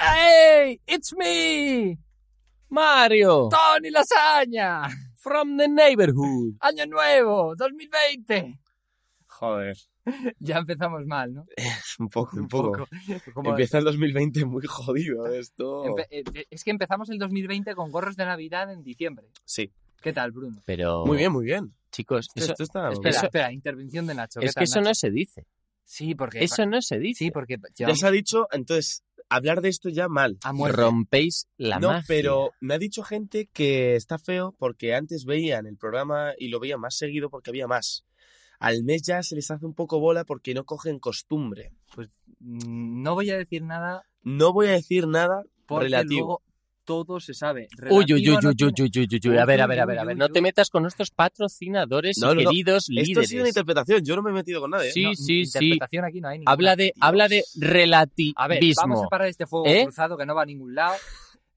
Hey, it's me, Mario, Tony Lasaña. from the neighborhood. Año nuevo, 2020. Joder, Ya empezamos mal, ¿no? un poco, un poco. Como- Empieza el 2020 muy jodido esto. empe- eh, es que empezamos el 2020 con gorros de Navidad en diciembre. Sí. ¿Qué tal, Bruno? Pero. Muy bien, muy bien. Chicos, eso- esto está... Espera, eso- espera, intervención de Nacho. ¿qué es que tal, eso Nacho? no se dice. Sí, porque... Eso no se dice. Sí, pues, porque... Ya llevamos se ha dicho, entonces, hablar de esto ya mal. a muerte. Rompéis la no, magia. pero me ha dicho gente que está feo porque antes veían el programa y lo veían más seguido porque había más. Al mes ya se les hace un poco bola porque no cogen costumbre. Mm, No voy a decir nada No voy a decir nada porque relativo. luego todo se sabe. Uy, uy, uy, Relativo uy, no uy, tiene- uy, uy, uy, uy. A ver, a ver, a ver, a Uy, ver. uy, No uy, te uy. metas con nuestros patrocinadores y No, no, no. queridos Esto ha líderes. sido una interpretación, yo no me he metido con nadie. Sí, No, sí, sí. interpretación aquí no hay ninguna. Habla de, habla de relativismo. A ver, vamos a parar este fuego ¿Eh? cruzado que no va a ningún lado.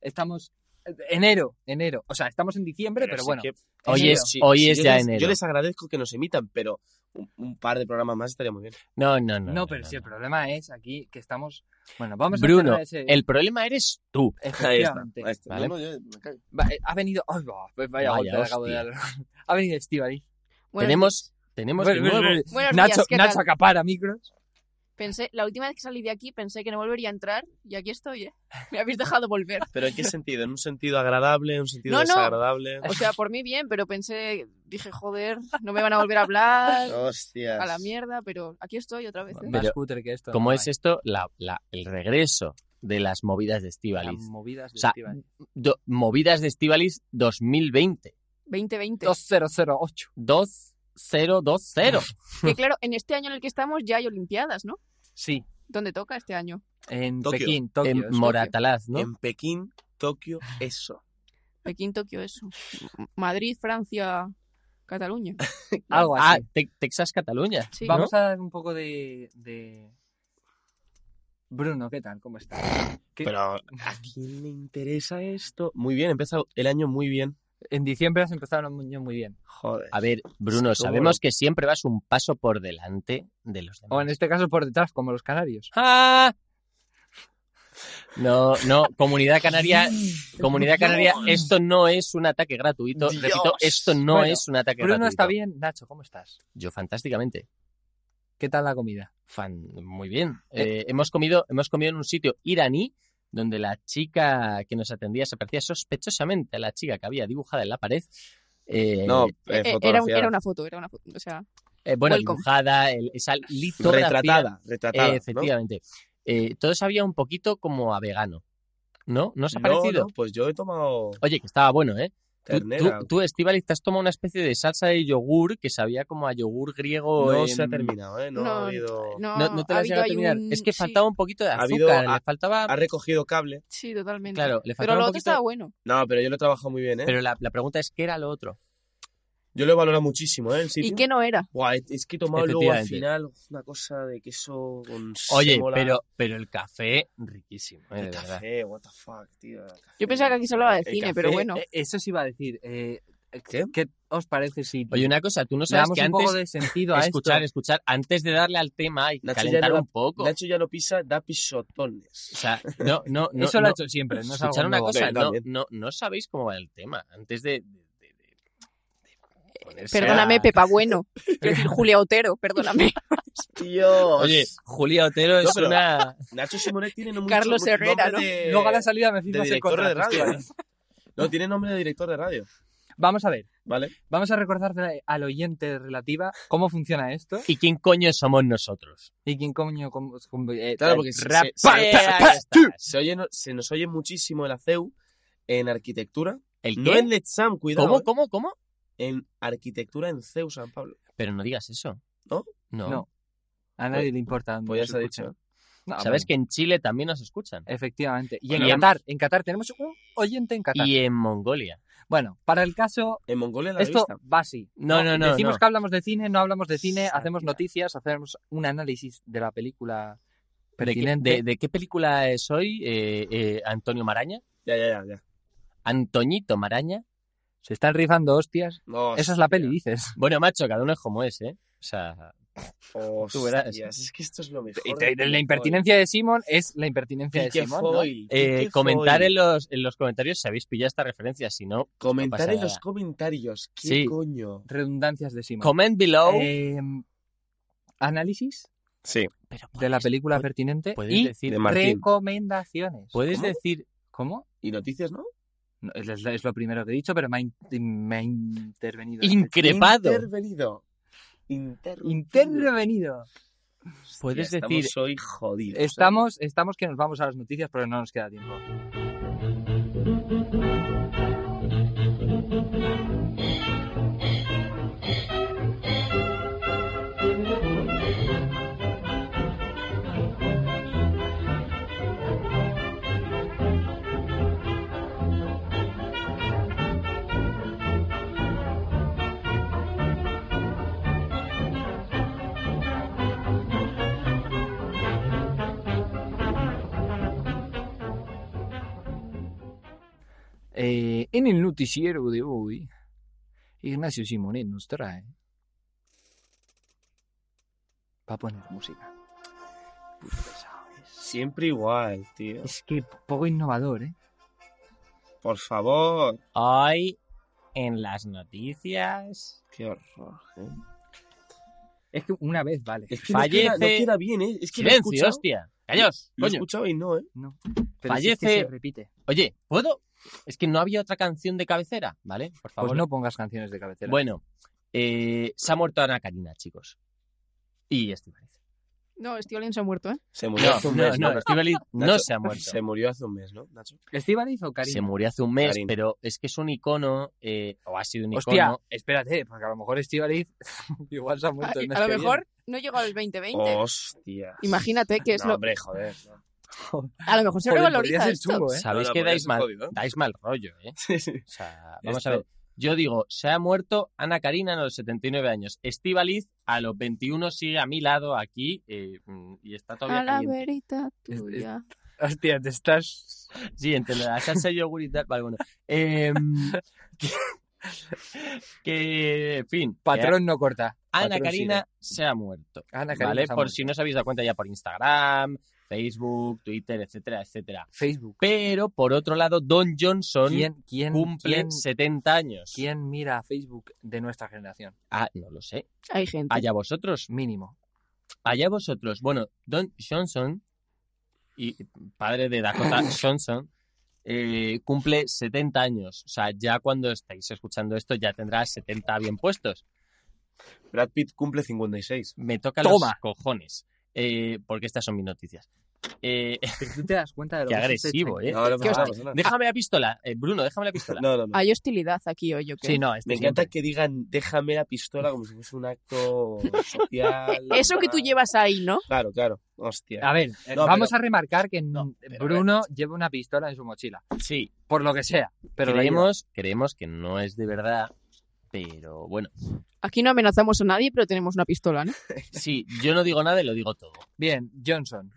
Estamos eh, enero, enero. O sea, estamos en diciembre, pero, sí bueno. que- Hoy enero. es- hoy es yo ya les- enero. Yo les agradezco que nos emitan, pero un, un par de programas más estaría muy bien. No, no, no. No, no, pero no, si el no. problema es aquí que estamos. Bueno, vamos Bruno, a cerrar ese. El problema eres tú. Ahí está, Efectivamente. ahí está. Vale. No, no, yo me callo. Va- eh, ha venido. ay, va, pues vaya Vaya golpe le acabo de dar. ha venido Steve ahí. Buenos tenemos tenemos de Bueno, bueno, nuevo- días. Buenos Nacho, días, ¿qué Nacho tal? acapara micros. Pensé, la última vez que salí de aquí pensé que no volvería a entrar y aquí estoy, ¿eh? Me habéis dejado volver. Pero ¿en qué sentido? ¿En un sentido agradable? ¿En un sentido No, no. desagradable? O sea, por mí bien, pero pensé, dije, joder, no me van a volver a hablar, Hostias. a la mierda, pero aquí estoy otra vez. ¿eh? Pero, Más cutre que esto. ¿Cómo no es hay. esto? La, la- el regreso de las movidas de Las Estivalis. movidas de O sea, Estíbaliz. Do- movidas de Estivalis 2020. 2020. 2008. 2020. Que claro, en este año en el que estamos ya hay Olimpiadas, ¿no? Sí, ¿Dónde toca este año? en Tokio. Pekín, Tokio. en eso. Moratalaz, ¿no? En Pekín, Tokio, eso. Pekín, Tokio, eso. M- Madrid, Francia, Cataluña. Algo Ah, así. Te- Texas, Cataluña. Sí. ¿no? Vamos a dar un poco de, de- Bruno, ¿qué tal? ¿Cómo estás? ¿Qué- Pero ¿a quién le interesa esto? Muy bien, empieza el año muy bien. En diciembre has empezado el año muy bien. Joder. A ver, Bruno, Es como- sabemos que siempre vas un paso por delante de los demás. O en este caso por detrás, como los canarios. ¡Ah! No, no, Comunidad Canaria, Comunidad Canaria, esto no es un ataque gratuito. Dios. Repito, esto no Bueno, es un ataque Bruno gratuito. está bien. Nacho, ¿cómo estás? Yo fantásticamente. ¿Qué tal la comida? Fan, muy bien. Eh, hemos comido, hemos comido en un sitio iraní donde la chica que nos atendía se parecía sospechosamente a la chica que había dibujada en la pared. Eh, No, eh, Eh, eh, era, un- fotografía. era una foto, era una foto. O sea, eh, bueno, welcome. dibujada, el- esa litografía. Retratada, retratada. Eh, ¿no? efectivamente. Eh, todo sabía un poquito como a vegano. ¿No? ¿No os ha No, parecido? no, pues yo he tomado Oye, que estaba bueno, ¿eh? Tú- ternera. Tú, tú, Estíbaliz, te has tomado una especie de salsa de yogur que sabía como a yogur griego. no em, se ha terminado, ¿eh? No, ha habido... no, No, no te ha la has habido llegado a ahí terminar. un- Es que sí, faltaba un poquito de Ha azúcar. habido a- le faltaba... Ha recogido cable. Sí, totalmente. Claro, le faltaba pero lo un otro poquito- estaba bueno. No, pero yo lo he trabajado muy bien, ¿eh? Pero la, la pregunta es, ¿qué era lo otro? Yo lo he valorado muchísimo, ¿eh? El sitio. ¿Y qué no era? Buah, es que he tomado luego al Efectivamente. final una cosa de queso con Oye, sémola. pero, pero el café, riquísimo, eh, de El verdad. café, what the fuck, tío. el café. Yo pensaba que aquí se hablaba de El cine, café, pero bueno. Eh, eso sí iba a decir. eh, ¿Qué? os parece si Oye, una cosa, tú no le sabes damos que un poco antes... de sentido a Escuchar, esto? escuchar, antes de darle al tema hay que Nacho ya calentar no- un poco. Nacho ya no pisa, da O pisotones. sea, no, no, no, eso lo no- ha hecho siempre. No es algo Escuchar una nuevo. cosa, Sí, no, también. no, no sabéis cómo va el tema. Antes de. de- de- de- de ponerse Perdóname, a- Pepa Bueno. Quiero decir, Julia Otero, perdóname. Dios. Oye, Julia Otero es No, pero- una. Nacho Simonet tiene mucho- Carlos mucho Herrera, nombre de- Luego a la salida me de firmas el director de contrato, radio. Estíbaliz. ¿eh? No, tiene nombre de director de radio, Vamos a ver. ¿vale? Vamos a recordar al oyente relativa cómo funciona esto ¿Y quién coño somos nosotros? y quién coño... cómo- cómo- eh, Claro, porque se- rap- se- pa- pa- se- ahí pa- estás. Se, oye, no- se nos oye muchísimo el ACEU en arquitectura. ¿El No en qué? Letsam, cuidado. ¿Cómo, eh. cómo, cómo? En arquitectura en CEU San Pablo. Pero no digas eso. ¿No? No. No. A nadie le importa. dónde Pues ya nos se ha escuchan. dicho. No, Sabes bueno, que en Chile también nos escuchan. Efectivamente. Y en Bueno, Qatar, en Qatar tenemos un oyente en Qatar. Y en Mongolia. Bueno, para el caso, En Mongolia la esto revista. va así. No, no, no, Decimos no. que hablamos de cine, no hablamos de cine, Sátira. hacemos noticias, hacemos un análisis de la ¿De película qué, pertinente. de- de qué película es hoy? Eh, eh, ¿Antonio Maraña? Ya, ya, ya. ya. ¿Antoñito Maraña? Se están rifando hostias. No, Esa es la hostia. peli, dices. Bueno, macho, cada uno es como es, ¿eh? O sea, Tú verás. Hostias, es que esto es lo mejor. Y pues te- de de La Pink impertinencia de Simon es la impertinencia Floyd. de Pink Simon. ¿no? Floyd, Eh, Pink comentar Floyd. en los, en los comentarios si habéis pillado esta referencia. Si no, Comentar pasa en los nada. comentarios. ¿Qué Sí. coño? Redundancias de Simon. comment below. Eh, análisis Sí, Pero de la puedes- película puedes- pertinente Puedes y decir. de Martín. recomendaciones. Puedes ¿Cómo? decir. ¿Cómo? Y noticias, ¿no? No, es, es- es lo primero que he dicho, pero me ha, in- me ha intervenido. Increpado. Intervenido. Interrumpido. Intervenido. Puedes Hostia, decir- Estamos hoy jodidos. ¿eh? Estamos, estamos que nos vamos a las noticias, pero no nos queda tiempo. Eh, en el noticiero de hoy, Ignacio Simonet nos trae. Va a poner música. Puto pesado, es- Siempre igual, tío. Es que poco innovador, ¿eh? Por favor. Hoy en las noticias. Qué horror. ¿eh? Es que una vez vale. Es que Fallece- No, queda, no queda bien, ¿eh? Es que lo he Silencio, escuchado- hostia. Callos, Lo he coño. escuchado y no, ¿eh? No. Pero si es que Fallece- se repite. Oye, ¿puedo? Es que no había otra canción de cabecera, ¿vale? Por favor. Pues no pongas canciones de cabecera. Bueno, eh, se ha muerto Ana Karina, chicos. Y Steve Alice. No, Steve Allen se ha muerto, ¿eh? Se murió hace No, un no, mes, no, ¿no? Steve Alice no Nacho, se ha muerto. Se murió hace un mes, ¿no, Nacho? ¿Estivaliz o Se Karina? murió hace un mes, Karina. pero es que es un icono, eh, o ha sido un Hostia, icono. espérate, porque a lo mejor Estivaliz igual se ha muerto el mes A, a lo que Oh. mejor no llegó al 2020. Hostia. Imagínate que es no, lo. hombre, joder. no. A lo mejor se Joder, revaloriza podría ser esto. chungo, ¿eh? Sabéis No, no, que porque dais es mal, jodido. dais mal rollo, ¿eh? Sí, sí. O sea, vamos Esto- a ver. Yo digo, se ha muerto Ana Karina a los 79 años. Estivaliz a los 21 sigue a mi lado aquí eh, mm, y está todavía A la caliente. verita Es- es- tuya. ¿eh? Hostia, te estás. Sí, entre la salsa de yogur y tal. Vale, bueno. Eh, que, que, en fin. que Patrón no corta. Ana patrón Karina se ha muerto. sigue. Ana Karina. ¿Vale? se ha Por muerto. si no os habéis dado cuenta ya por Instagram, Facebook, Twitter, etcétera, etcétera. Facebook. Pero, por otro lado, Don Johnson ¿Quién, quién, cumple quién, 70 años. quién mira a Facebook de nuestra generación? Ah, no lo sé. Hay gente. Allá vosotros. Mínimo. Allá vosotros. Bueno, Don Johnson, y padre de Dakota Johnson, eh, cumple 70 años. O sea, ya cuando estáis escuchando esto, ya tendrá 70 bien puestos. Brad Pitt cumple 56. Me toca Toma. los cojones. Eh, porque estas son mis noticias. Eh, Pero tú te das cuenta de lo qué que es este agresivo, check. ¿eh? No, no pasa Qué nada, hosti- pasa nada. déjame la pistola. Eh, Bruno, déjame la pistola. No, no, no. Hay hostilidad aquí hoy, ¿o qué? Sí, no, este Me encanta siempre. que digan, déjame la pistola como si fuese un acto social. Eh, Eso que tú llevas ahí, ¿no? Claro, claro. Hostia. A ver, eh, No, vamos a remarcar que No, pero- Bruno lleva una pistola en su mochila. Sí, Por lo que sea. Pero pero la creemos, creemos que no es de verdad. Pero bueno, Aquí no amenazamos a nadie, pero tenemos una pistola, ¿no? sí, yo no digo nada y lo digo todo. lleva. Bien, Johnson.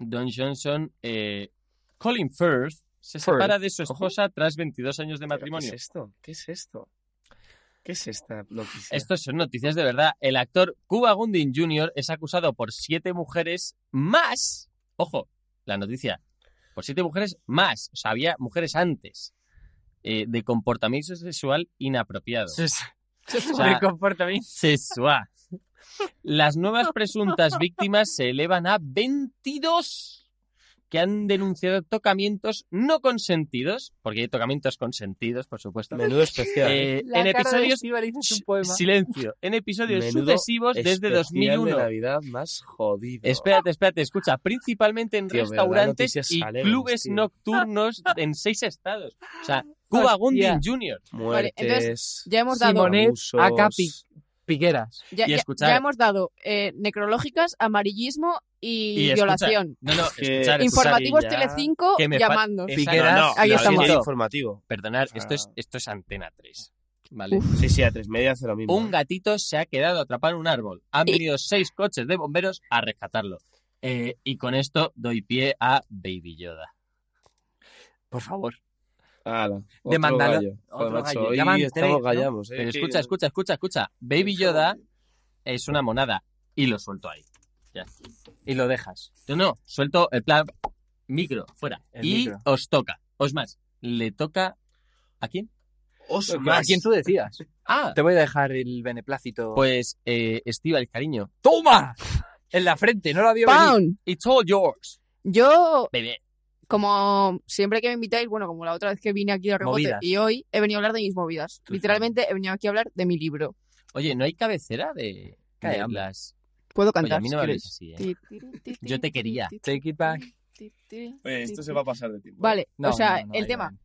Don Johnson, eh, Colin Firth se Firth, separa de su ojo. esposa tras 22 años de ¿Pero matrimonio. ¿Qué es esto? ¿Qué es esto? ¿Qué es esta noticia? Estas son noticias de verdad. El actor Cuba Gooding Jr. es acusado por siete mujeres más. Ojo, la noticia. Por siete mujeres más. O sea, había mujeres antes. eh, de comportamiento sexual inapropiado. sea- De comportamiento. Sexual. Las nuevas presuntas víctimas se elevan a 22 que han denunciado tocamientos no consentidos, porque hay tocamientos consentidos, por supuesto. Menudo especial. Eh, en episodios es un poema. Silencio. En episodios Menudo sucesivos desde Especial 2001. de Navidad más jodido. Espérate, espérate, escucha. Principalmente en Tío, restaurantes ¿verdad? Noticias y alegres, clubes tío. nocturnos en seis estados. O sea, Cuba Hostia. Gooding Jr. Muertes, entonces, Ya hemos dado, Simone- Simonet, abusos. acá pic- Piqueras. ya, y ya- escuchar. ya hemos dado eh, necrológicas, amarillismo y, Y escuchar. violación. No, no, Que- escuchar, escuchar. Informativos ya- Telecinco que me fa- llamando. Eh, Piqueras, No, no, ahí la estamos. línea informativo. Perdonad, esto es, Ah. esto es Antena 3. ¿Vale? Sí, sí, a tres media hace lo mismo. Un gatito se ha quedado atrapado en un árbol. Han venido seis coches de bomberos a rescatarlo. Eh, y con esto doy pie a Baby Yoda. Por favor. Ala, otro Demandalo- gallo. Joder, otro macho, gallo. hoy Ya van estamos tres, ¿no? gallamos, eh. Pero Que- escucha, escucha, escucha, escucha. Baby Yoda es una monada. y lo suelto ahí. Y lo dejas. No, no, suelto el plan micro, fuera. El y micro. os toca. Os más, le toca. ¿A quién? Os Pues ¿A más. quién tú decías? Ah, Te voy a dejar el beneplácito. pues eh, el cariño. ¡Toma! En la frente, no lo había visto. ¡Pound! It's all yours, Yo, bebé. como siempre que me invitáis, bueno, como la otra vez que vine aquí de rebote Movidas. y hoy, he venido a hablar de mis movidas. Tus Literalmente he venido aquí a hablar de mi libro. Oye, ¿no hay cabecera de, Cae de hambre. las...? Puedo Oye, cantar. a mí si no me queréis. hables así, ¿eh? Ti, ti, ti, ti, Yo te ti, quería. ti, ti, Take it back. ti, ti, Oye, ti, Eh, esto se ti. va a pasar de tiempo. Vale, No, o sea, no, no, el ahí tema. van.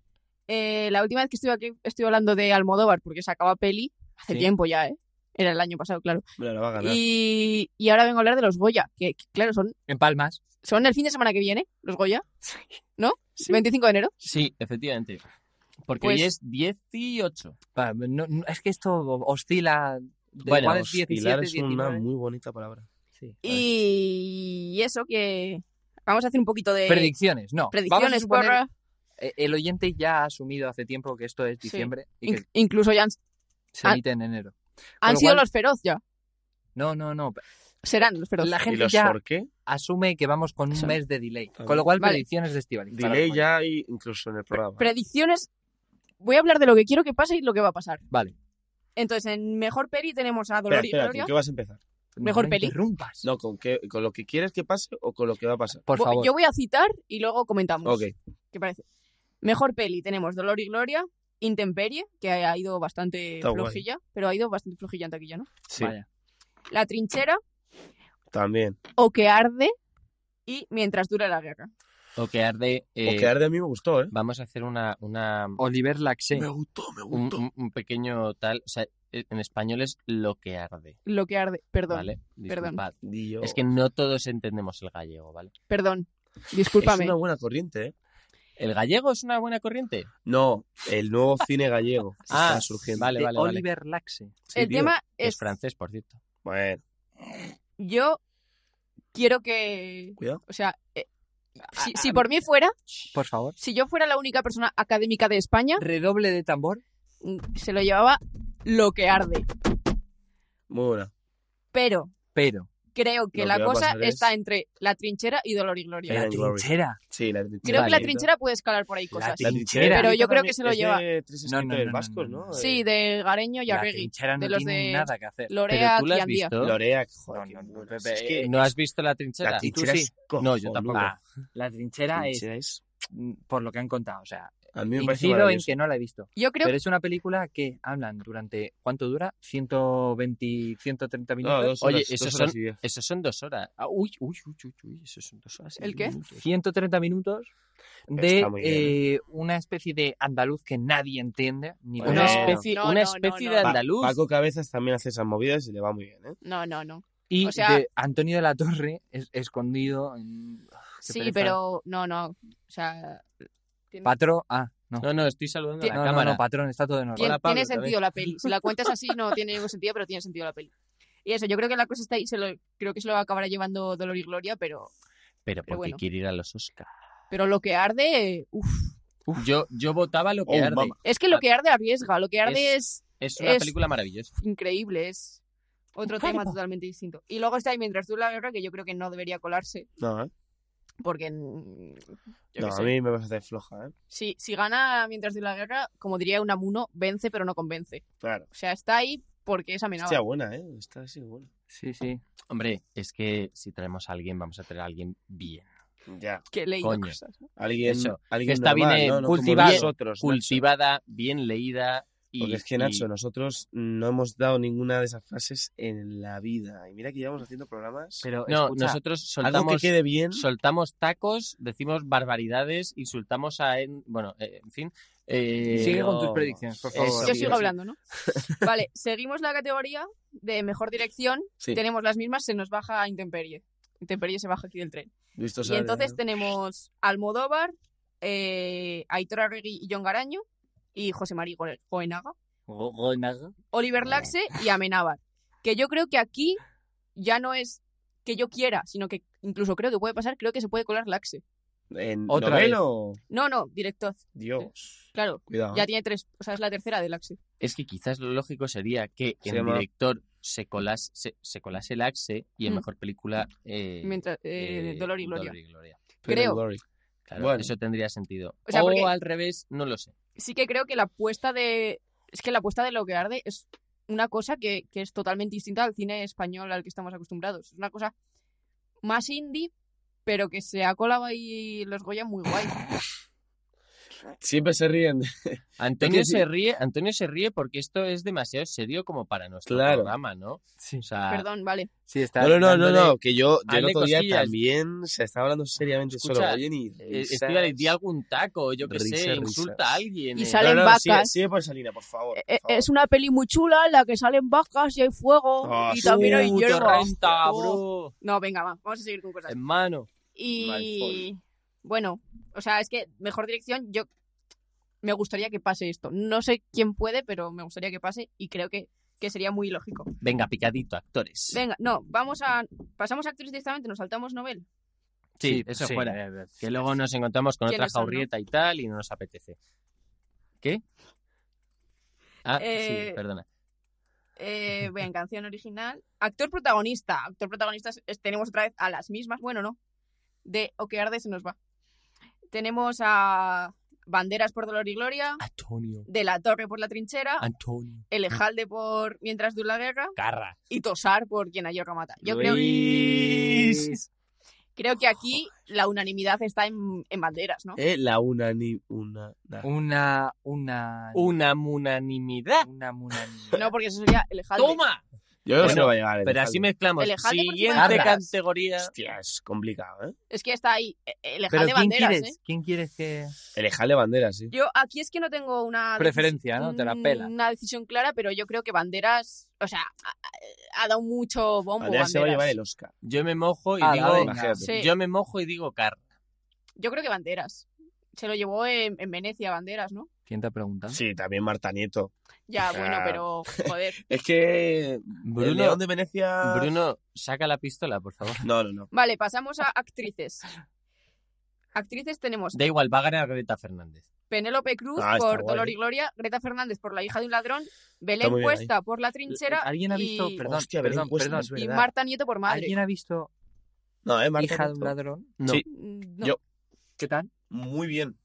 Eh, la última vez que estuve aquí, estuve hablando de Almodóvar porque sacaba peli hace Sí. tiempo ya, ¿eh? Era el año pasado, claro. Mira, la va a ganar. Y, y ahora vengo a hablar de los Goya, que, que, claro, son, En Palmas. son el fin de semana que viene, los Goya, ¿no? 25 de enero. Sí, efectivamente. Porque Pues- hoy es 18. Va, no- no, es que esto oscila. de Bueno, igual es Oscilar 17, es una 19. muy bonita palabra. Sí. Y eso que vamos a hacer un poquito de Predicciones, no. Vamos a Eh, predicciones, suponer- porra. eh, El oyente ya ha asumido hace tiempo que esto es Sí. diciembre y que Inc- incluso ya han, se ah. emite en enero. han lo sido cual- los feroz ya. No, no, no. Serán los feroz. La ¿Y gente los ya por qué? asume que vamos con un Eso. mes de delay. Ah, Con lo cual, vale. predicciones de Estivali. Delay ya hay incluso en el programa. Predicciones. Voy a hablar de lo que quiero que pase y lo que va a pasar. Vale. Entonces, en mejor peli tenemos a Espera, Dolor espera, ¿con qué vas a empezar? Mejor no peli. interrumpas. No, ¿con, qué, ¿con lo que quieres que pase o con lo que va a pasar? Por favor. Yo voy a citar y luego comentamos. Ok. ¿Qué parece? Mejor peli tenemos Dolor y Gloria, Intemperie, que ha ido bastante Está guay. flojilla, pero ha ido bastante flojilla en taquilla, ¿no? Sí, Vaya. La Trinchera, también. O que arde y Mientras dura la guerra. O que arde... eh, o quedar de mí me gustó, ¿eh? Vamos a hacer una, una, Oliver Laxé. gustó, me un, un- un pequeño tal... O sea, e, en español es lo que arde, Lo que arde, perdón, ¿vale? perdón. Disculpad. Dios. Es que no todos entendemos el gallego, ¿vale? perdón, Es discúlpame. una buena corriente, ¿eh? ¿El gallego es una buena corriente? No, el nuevo cine gallego que Ah, está surgiendo. vale, de vale, vale. Oliver Laxe. Sí, El tío. tema Es es, francés, por cierto. Bueno, yo quiero que, Cuidado. o sea, eh, si, si por mí fuera, Por favor. si yo fuera la única persona académica de España, Redoble de tambor. mm, se lo llevaba Lo que arde, muy buena. pero Pero. creo que Lo la que va a cosa pasar es- está entre La Trinchera y Dolor y Gloria. Pain La and Glory. trinchera. Sí, la Creo que la Vale. trinchera puede escalar por ahí cosas. Eh, La trinchera. Pero yo creo también que se lo es lleva. de tres No, no, no, escritores no, vascos, no, ¿no? no. Sí, de Gareño y La Arregui. trinchera no de los tiene de- nada que hacer. ¿Pero Lorea tú la has y Andía. visto? Lorea, joder, No, qué no, no, buena. Pepe, Es que ¿No eh, has visto la trinchera? la ¿Y tú trinchera sí? es No, yo tampoco. cojonuda. Ah, la trinchera La es, trinchera es- mm, por lo que han contado, o sea, A mí me parece incido en maravilloso. que no la he visto. Yo creo Pero es una película que hablan durante, ¿cuánto dura? 120, 130 minutos. No, dos Oye, horas, esos dos horas son- y diez. Eso son dos horas. Ah, uy, uy, uy, uy, uy, eso son dos horas. y ¿El qué? minutos. 130 minutos de Está muy bien. eh, una especie de andaluz que nadie entiende. Ni Bueno, Una conoce. especie, no, una no, no, especie no. de Pa- andaluz. Paco Cabezas también hace esas movidas y le va muy bien, ¿eh? No, no, no. Y o sea- de Antonio de la Torre es, escondido en Sí, pereza. pero no, no. O sea, tiene, Patro. Ah, no. No, no, estoy saludando a la No, no, cámara. no, patrón, está todo en orden. tiene- Hola, Pablo, tiene también. sentido la peli. Si la cuentas así no tiene ningún sentido, pero tiene sentido la peli. Y eso, yo creo que la cosa está ahí. Se lo, creo que se lo acabará llevando Dolor y Gloria, pero, Pero porque Pero bueno. quiere ir a los Oscars. pero lo que arde... Uf. Yo, yo votaba lo que Oh, arde. mama. Es que lo que arde arriesga. Lo que arde es, Es una Es- película maravillosa. increíble. Es otro tema totalmente distinto. Y luego está ahí Mientras tú la guerra, que yo creo que no debería colarse. No, ¿eh? Porque... mm, yo No, qué a sé. mí me parece floja, ¿eh? Si, si gana mientras de la guerra, como diría Unamuno, vence pero no convence. Claro. O sea, está ahí porque es Hostia, amenaza. buena, ¿eh? Está así buena. Sí, sí. Hombre, es que si traemos a alguien, vamos a tener a alguien bien. Ya. Que leí yo Coño. cosas. ¿no? Alguien, Eso, alguien que está normal, bien, ¿no? No como cultivado, nosotros, Nacho. Cultivada, bien leída. Y, Porque es que, y- Nacho, nosotros no hemos dado ninguna de esas frases en la vida. Y mira que llevamos haciendo programas. Pero No, escucha, nosotros Algo que soltamos, quede bien. soltamos tacos, decimos barbaridades, insultamos a... en- bueno, eh, en fin. eh, sigue con tus no. predicciones, por Eso, favor. Pues Yo sí, sigo sí. hablando, ¿no? Vale, seguimos la categoría de mejor dirección. Sí, Tenemos las mismas, se nos baja a Intemperie. Intemperie se baja aquí del tren. listo, y sale, entonces ¿no? tenemos Almodóvar, eh, Aitor Arregui y John Garaño, y José María Go- Goenaga, Go- go- nada. Oliver Laxe y Amenábar. Que yo creo que aquí ya no es que yo quiera, sino que incluso creo que puede pasar, creo que se puede colar Laxe. ¿En Otra novelo? No, no, director. Dios. Claro, Cuidado. ya tiene tres. O sea, es la tercera del Axi. Es que quizás lo lógico sería que Se el llama- director se colase, se, se colase el axe y en Mm. mejor película. eh, Mientras, eh, eh, Dolor y Gloria. Pero Creo. Glory. Claro, Bueno. eso tendría sentido. O, O sea, porque- al revés, no lo sé. Sí que creo que la apuesta de... Es que la apuesta de lo que arde es una cosa que, que es totalmente distinta al cine español al que estamos acostumbrados. Es una cosa más indie, pero que se ha colado ahí los Goya muy guay. Siempre se ríen. Antonio sí. se ríe, Antonio se ríe porque esto es demasiado serio como para nuestro Claro. programa, ¿no? Sí, O sea, Perdón, vale. sí, está No, no, no, no, dándole- no, que yo, yo el Hazle otro día cosillas. también se estaba hablando seriamente Escucha, solo. Oye, ni eh, risas. Estíbaliz, di algún taco, yo qué sé, Risas, insulta risas. a alguien. Y eh. sale- Salen no, no, sigue- vacas. Sigue, por Salina, por favor. por Eh, favor. Es una peli muy chula en la que salen vacas y hay fuego Ah, y sí. también hay Uh, te hierba. renta, Oh. bro. No, venga, va, vamos a seguir con cosas. Eh, Hermano. Y bueno, o sea, es que mejor dirección, yo me gustaría que pase esto. No sé quién puede, pero me gustaría que pase y creo que, que sería muy lógico. Venga, picadito, actores. Venga, no, vamos a. Pasamos a actriz directamente, nos saltamos novel. Sí, eso sí, fuera. eh, eh, Que luego nos encontramos con otra ¿Quiénes son, no? jaurrieta y tal y no nos apetece. ¿Qué? Ah, Eh, sí, perdona. Eh, vean, canción original. Actor protagonista. Actor protagonista es- tenemos otra vez a las mismas, bueno, no. De O que arde se nos va. Tenemos a Banderas por Dolor y Gloria, Antonio. De la Torre por la Trinchera, Ah, Antonio. El Ejalde por Mientras dura la guerra Carra. y Tosar por Quien a hierro mata. Yo creo Luis. Creo que aquí la unanimidad está en, en banderas, ¿no? Eh, la unani... Una... na- Una, una, Una munanimidad. una munani- No, porque eso sería el Ejalde. ¡Toma! Yo creo Bueno, que se lo va a llevar. el Pero así Alejandro. mezclamos. El Ejalde por encima Siguiente de Carras. categoría. Hostia, es complicado, ¿eh? Es que está ahí. eh, Pero El Ejalde ¿quién banderas, quieres? ¿eh? ¿Quién quieres que...? El Ejale Bandera, sí. Yo aquí es que no tengo una. Preferencia, ¿no? Te la pela. Una decisión clara, pero yo creo que banderas. O sea, ha- ha, ha dado mucho bombo. Bandera se va a Banderas. llevar el Oscar. Yo me mojo y Ah, digo. venga. Sí. Yo me mojo y digo Carra. Yo creo que banderas. Se lo llevó en, en Venecia, banderas, ¿no? ¿Quién te ha preguntado? Sí, también Marta Nieto. Ya, Ah. bueno, pero. Joder. Es que. el Bruno, León de Venecia. Bruno, saca la pistola, por favor. No, no, no. Vale, pasamos a actrices. Actrices tenemos Da igual, va a ganar Greta Fernández. Penélope Cruz Ah, está por guay, Dolor eh. y Gloria, Greta Fernández por La hija de un ladrón, Belén muy bien ahí. Cuesta por La trinchera ¿Alguien ha y- visto...? Perdón, Hostia, Belén perdón, Cuesta, perdón. es y verdad. Marta Nieto por Madre. ¿Alguien ha visto No, eh, Marta Hija de un Nieto. ladrón? No. Sí. Mm, no. Yo- ¿Qué tal? Muy bien.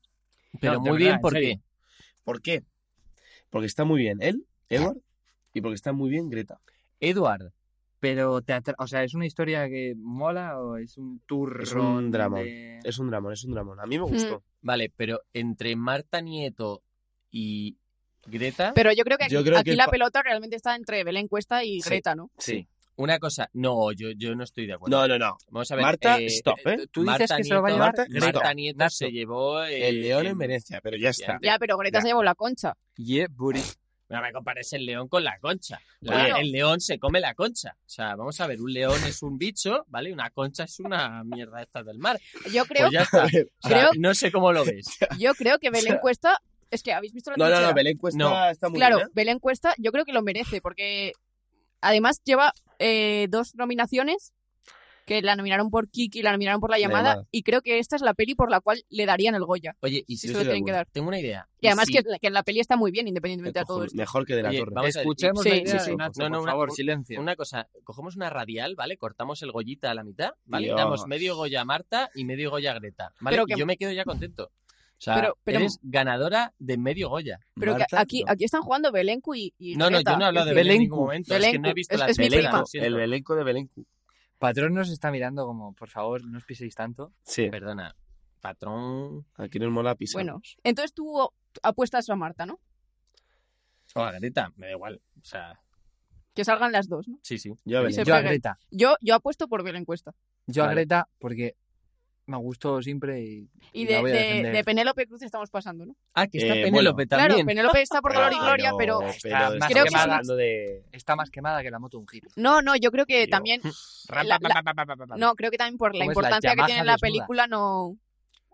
Pero No, muy de verdad, bien, en ¿por serio. qué? ¿Por qué? Porque está muy bien él, Edward, y porque está muy bien Greta. Edward. Pero, te atra- o sea, ¿es una historia que mola o es un turrón Es un dramón. de- Es un dramón, es un dramón. A mí me Mm. gustó. Vale, pero entre Marta Nieto y Greta, Pero yo creo que aquí, Yo creo aquí que la pa- pelota realmente está entre Belén Cuesta y Sí. Greta, ¿no? Sí. una cosa, no, yo, yo no estoy de acuerdo. No, no, no. Vamos a ver. Marta, eh, stop, ¿eh? Tú dices Marta que se lo va a Nieto- llevar Marta- Greta. Marta Nieto Nacho. se llevó eh, El León en Venecia, pero ya está. Ya, pero Greta Ya. se llevó la concha. Yeah, buddy. No me compares el león con la concha. La- Claro. El león se come la concha. O sea, vamos a ver, un león es un bicho, ¿vale? Una concha es una mierda esta del mar. Yo creo, Pues ya está. A ver. O sea, Creo- No sé cómo lo ves. yo creo que Belén Cuesta. Es que habéis visto la No, no, trinchera? no, Belén Cuesta No. está muy Claro, bien. ¿eh? Belén Cuesta yo creo que lo merece, porque además lleva eh, dos nominaciones, que la nominaron por Kiki, la nominaron por La Llamada, Llamada. y creo que esta es la peli por la cual le darían el Goya. Oye, y Sí, si se lo tienen que dar. tengo una idea. Y además Sí. que, la- que la peli está muy bien, Qué independientemente de todo cojones, esto. Mejor que de la Oye, torre. vamos a ver, Escuchemos Sí, la idea sí, de sí. Nacho, No, no, por una- favor, un- silencio. Una cosa, cogemos una radial, ¿vale? Cortamos el Goyita a la mitad, ¿vale? Dios. Damos medio Goya a Marta y medio Goya a Greta, ¿vale? Pero Y que- yo me quedo ya contento. O sea, Pero- pero- eres ganadora de medio Goya. Pero que Marta, aquí, no. aquí están jugando Belencu y, y No, no, Greta, yo no he hablado de quiero Belén en Belencu. ningún momento. es que no he Belencu, visto es- la es mi pelea, prima. lo siento. El elenco de Belén Cu- Patrón nos está mirando como, por favor, no os piséis tanto. Sí, Perdona, patrón... aquí nos mola pisar. Bueno, entonces tú apuestas a Marta, ¿no? O a Greta, me da igual. O sea, Que salgan las dos, ¿no? sí, sí. Yo a Belén. se Yo a pega. Greta. Yo, yo apuesto por Belén Cuesta. Yo a Vale. Greta porque me gustó siempre y, Y la de, voy a de- defender. de Penélope Cruz estamos pasando, ¿no? Ah, que está Eh, Penélope Claro, también. Penélope está por Dolor y Gloria, pero... Está más creo que estamos sí. hablando de... Está más quemada que la moto un giro. No, no, yo creo que Tío. también... Ra, la- pa, la- pa, pa, pa, pa, pa, pa. No, creo que también por la ¿Cómo es la importancia que Yamaha tiene la desnuda? película no...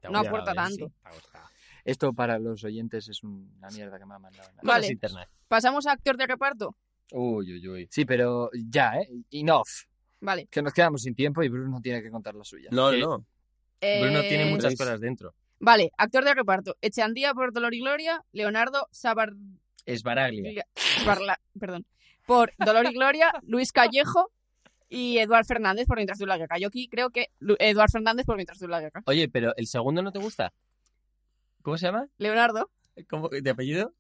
Te no gusta, aporta Belén, sí, tanto. te gusta. Esto para los oyentes es una mierda que me ha mandado. Nacho. Vale. Cosas internet. Pasamos a actor de reparto. Uy, uy, uy. Sí, pero ya, ¿eh? Enough. Vale. Que nos quedamos sin tiempo y Bruno tiene que contar la suya. No, Eh, no, no. Bruno Eh, tiene muchas Luis. cosas dentro. Vale, actor de reparto. Echeandía por Dolor y Gloria, Leonardo Sabar... Es Baraglia. Barla- Perdón. por Dolor y Gloria, Luis Callejo y Eduard Fernández por Mientras tú la guerra. Yo aquí creo que Lu- Eduard Fernández por Mientras tú la guerra. Oye, pero el segundo no te gusta. ¿Cómo se llama? Leonardo ¿Cómo- ¿De apellido?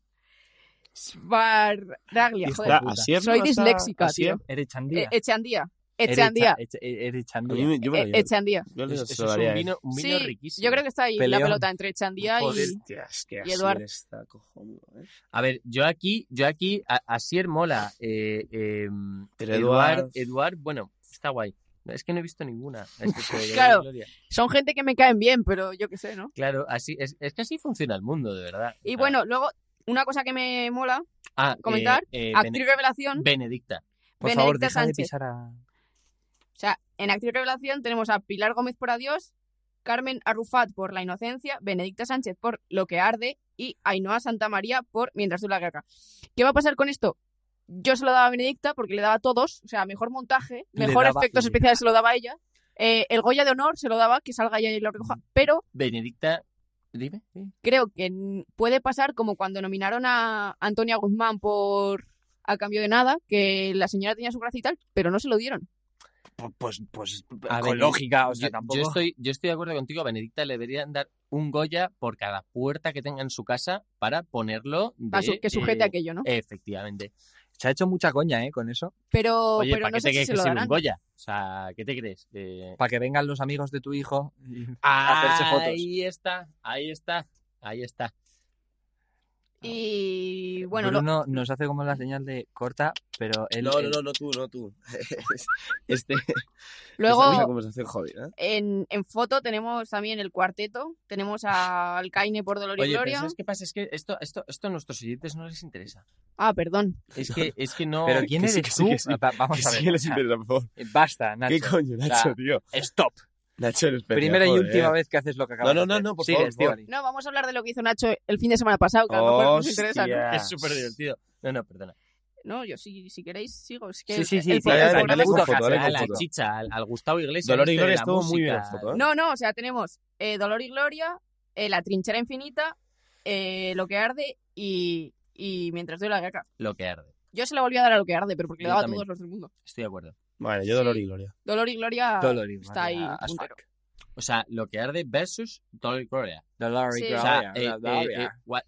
Sbaraglia, Hijo joder. de puta. Asier no Soy está- disléxica, Asier, Erechandía. Eh, Echandía. Echandía. Erecha- Eche- Erechandía. a mí me- yo me Eh, lo llevo. Echandía. Yo le Eso, eso es daría, un eh. vino, un vino Sí, riquísimo. yo creo que está ahí Peleón. la pelota entre Echandía Joder, y... Hostia, es que y Asier Eduard. está cojonudo, eh. A ver, yo aquí, yo aquí, a- Asier mola. Eh, eh, Pero Eduard, Eduard- Eduard, bueno, está guay. No, Es que no he visto ninguna. excepto de Claro. Gloria. Son gente que me caen bien, pero yo qué sé, ¿no? Claro, así, es, es que así funciona el mundo, de verdad. O Y sea, bueno, luego, una cosa que me mola, ah, eh, comentar, eh, Actriz Bene- Revelación. Benedicta. Por Benedicta favor, deja Sánchez. de pisar a... O sea, en Actriz Revelación tenemos a Pilar Gómez por Adiós, Carmen Arrufat por La Inocencia, Benedicta Sánchez por Lo que Arde y Ainhoa Santamaría por Mientras tú la guerra. ¿Qué va a pasar con esto? Yo se lo daba a Benedicta porque le daba a todos, o sea, mejor montaje, Le mejor daba efectos ella. especiales se lo daba a ella. Eh, el Goya de Honor se lo daba, que salga ella y lo recoja, pero Benedicta, dime. sí. creo que n- puede pasar como cuando nominaron a Antonia Guzmán por A cambio de nada, que la señora tenía su gracia y tal, pero no se lo dieron. Pues, pues, pues A con ver, lógica, o sea, yo, tampoco... yo estoy, yo estoy de acuerdo contigo, a Benedicta le deberían dar un Goya por cada puerta que tenga en su casa para ponerlo de, a su- que sujete eh, aquello, ¿no? Efectivamente. Se ha hecho mucha coña, ¿eh? Con eso. Pero, Oye, pero ¿para no qué sé te si crees se que lo sea un darán. Goya? O sea, ¿qué te crees? Eh, Para que vengan los amigos de tu hijo. y- hacerse fotos. Ahí está, ahí está, ahí está. Y bueno, lo- Bruno nos hace como la señal de corta, pero él... Eh, No, él- no, no, no tú, no tú. este, esta es una luego conversación jodida. ¿eh? en, en foto tenemos también el cuarteto, tenemos a Alcaine por Dolor y Oye, pero Gloria. ¿sabes qué pasa? Es que esto, esto, esto a nuestros oyentes no les interesa. Ah, perdón. Es que, es que no. Pero ¿quién Que eres sí, que sí, tú? Ah, que sí. Va- Vamos Que a sí ver. que o les sea, interesa, por favor. Basta, Nacho. ¿Qué coño, Nacho, La- tío? Stop. Nacho eres peor, Primera y joder. ¿eh? última vez que haces lo que acabas No, de no, no, hacer. no, por Sigue, favor, por favor. Estíbaliz. No, vamos a hablar de lo que hizo Nacho el fin de semana pasado, que a lo mejor Oh, nos interesa. ¿no? Hostia. Es súper divertido. No, no, perdona. No, yo si, si queréis sigo. Es que Sí, sí, sí. el- el- sí, dale, el dale, dale, dale programa- con Puto foto, dale Hasél, con a la foto. chicha, al, al Gustavo Iglesias. Dolor y este de Gloria la estuvo muy bien música. la foto, ¿eh? No, no, o sea, tenemos eh, Dolor y Gloria, eh, La Trinchera Infinita, eh, Lo que Arde y, y Mientras doy la guerra. Lo que arde. Yo se la volví a dar a Lo que Arde, pero porque le Yo daba también. a todos los del mundo. Estoy de acuerdo. Bueno, yo Dolor y Gloria. Dolor y Gloria Dolor y Ah, está ahí. Gloria, as puntero. O sea, lo que arde versus Dolor y Gloria. Dolor y Sí. O Gloria, sea, eh, eh, Gloria. eh, what,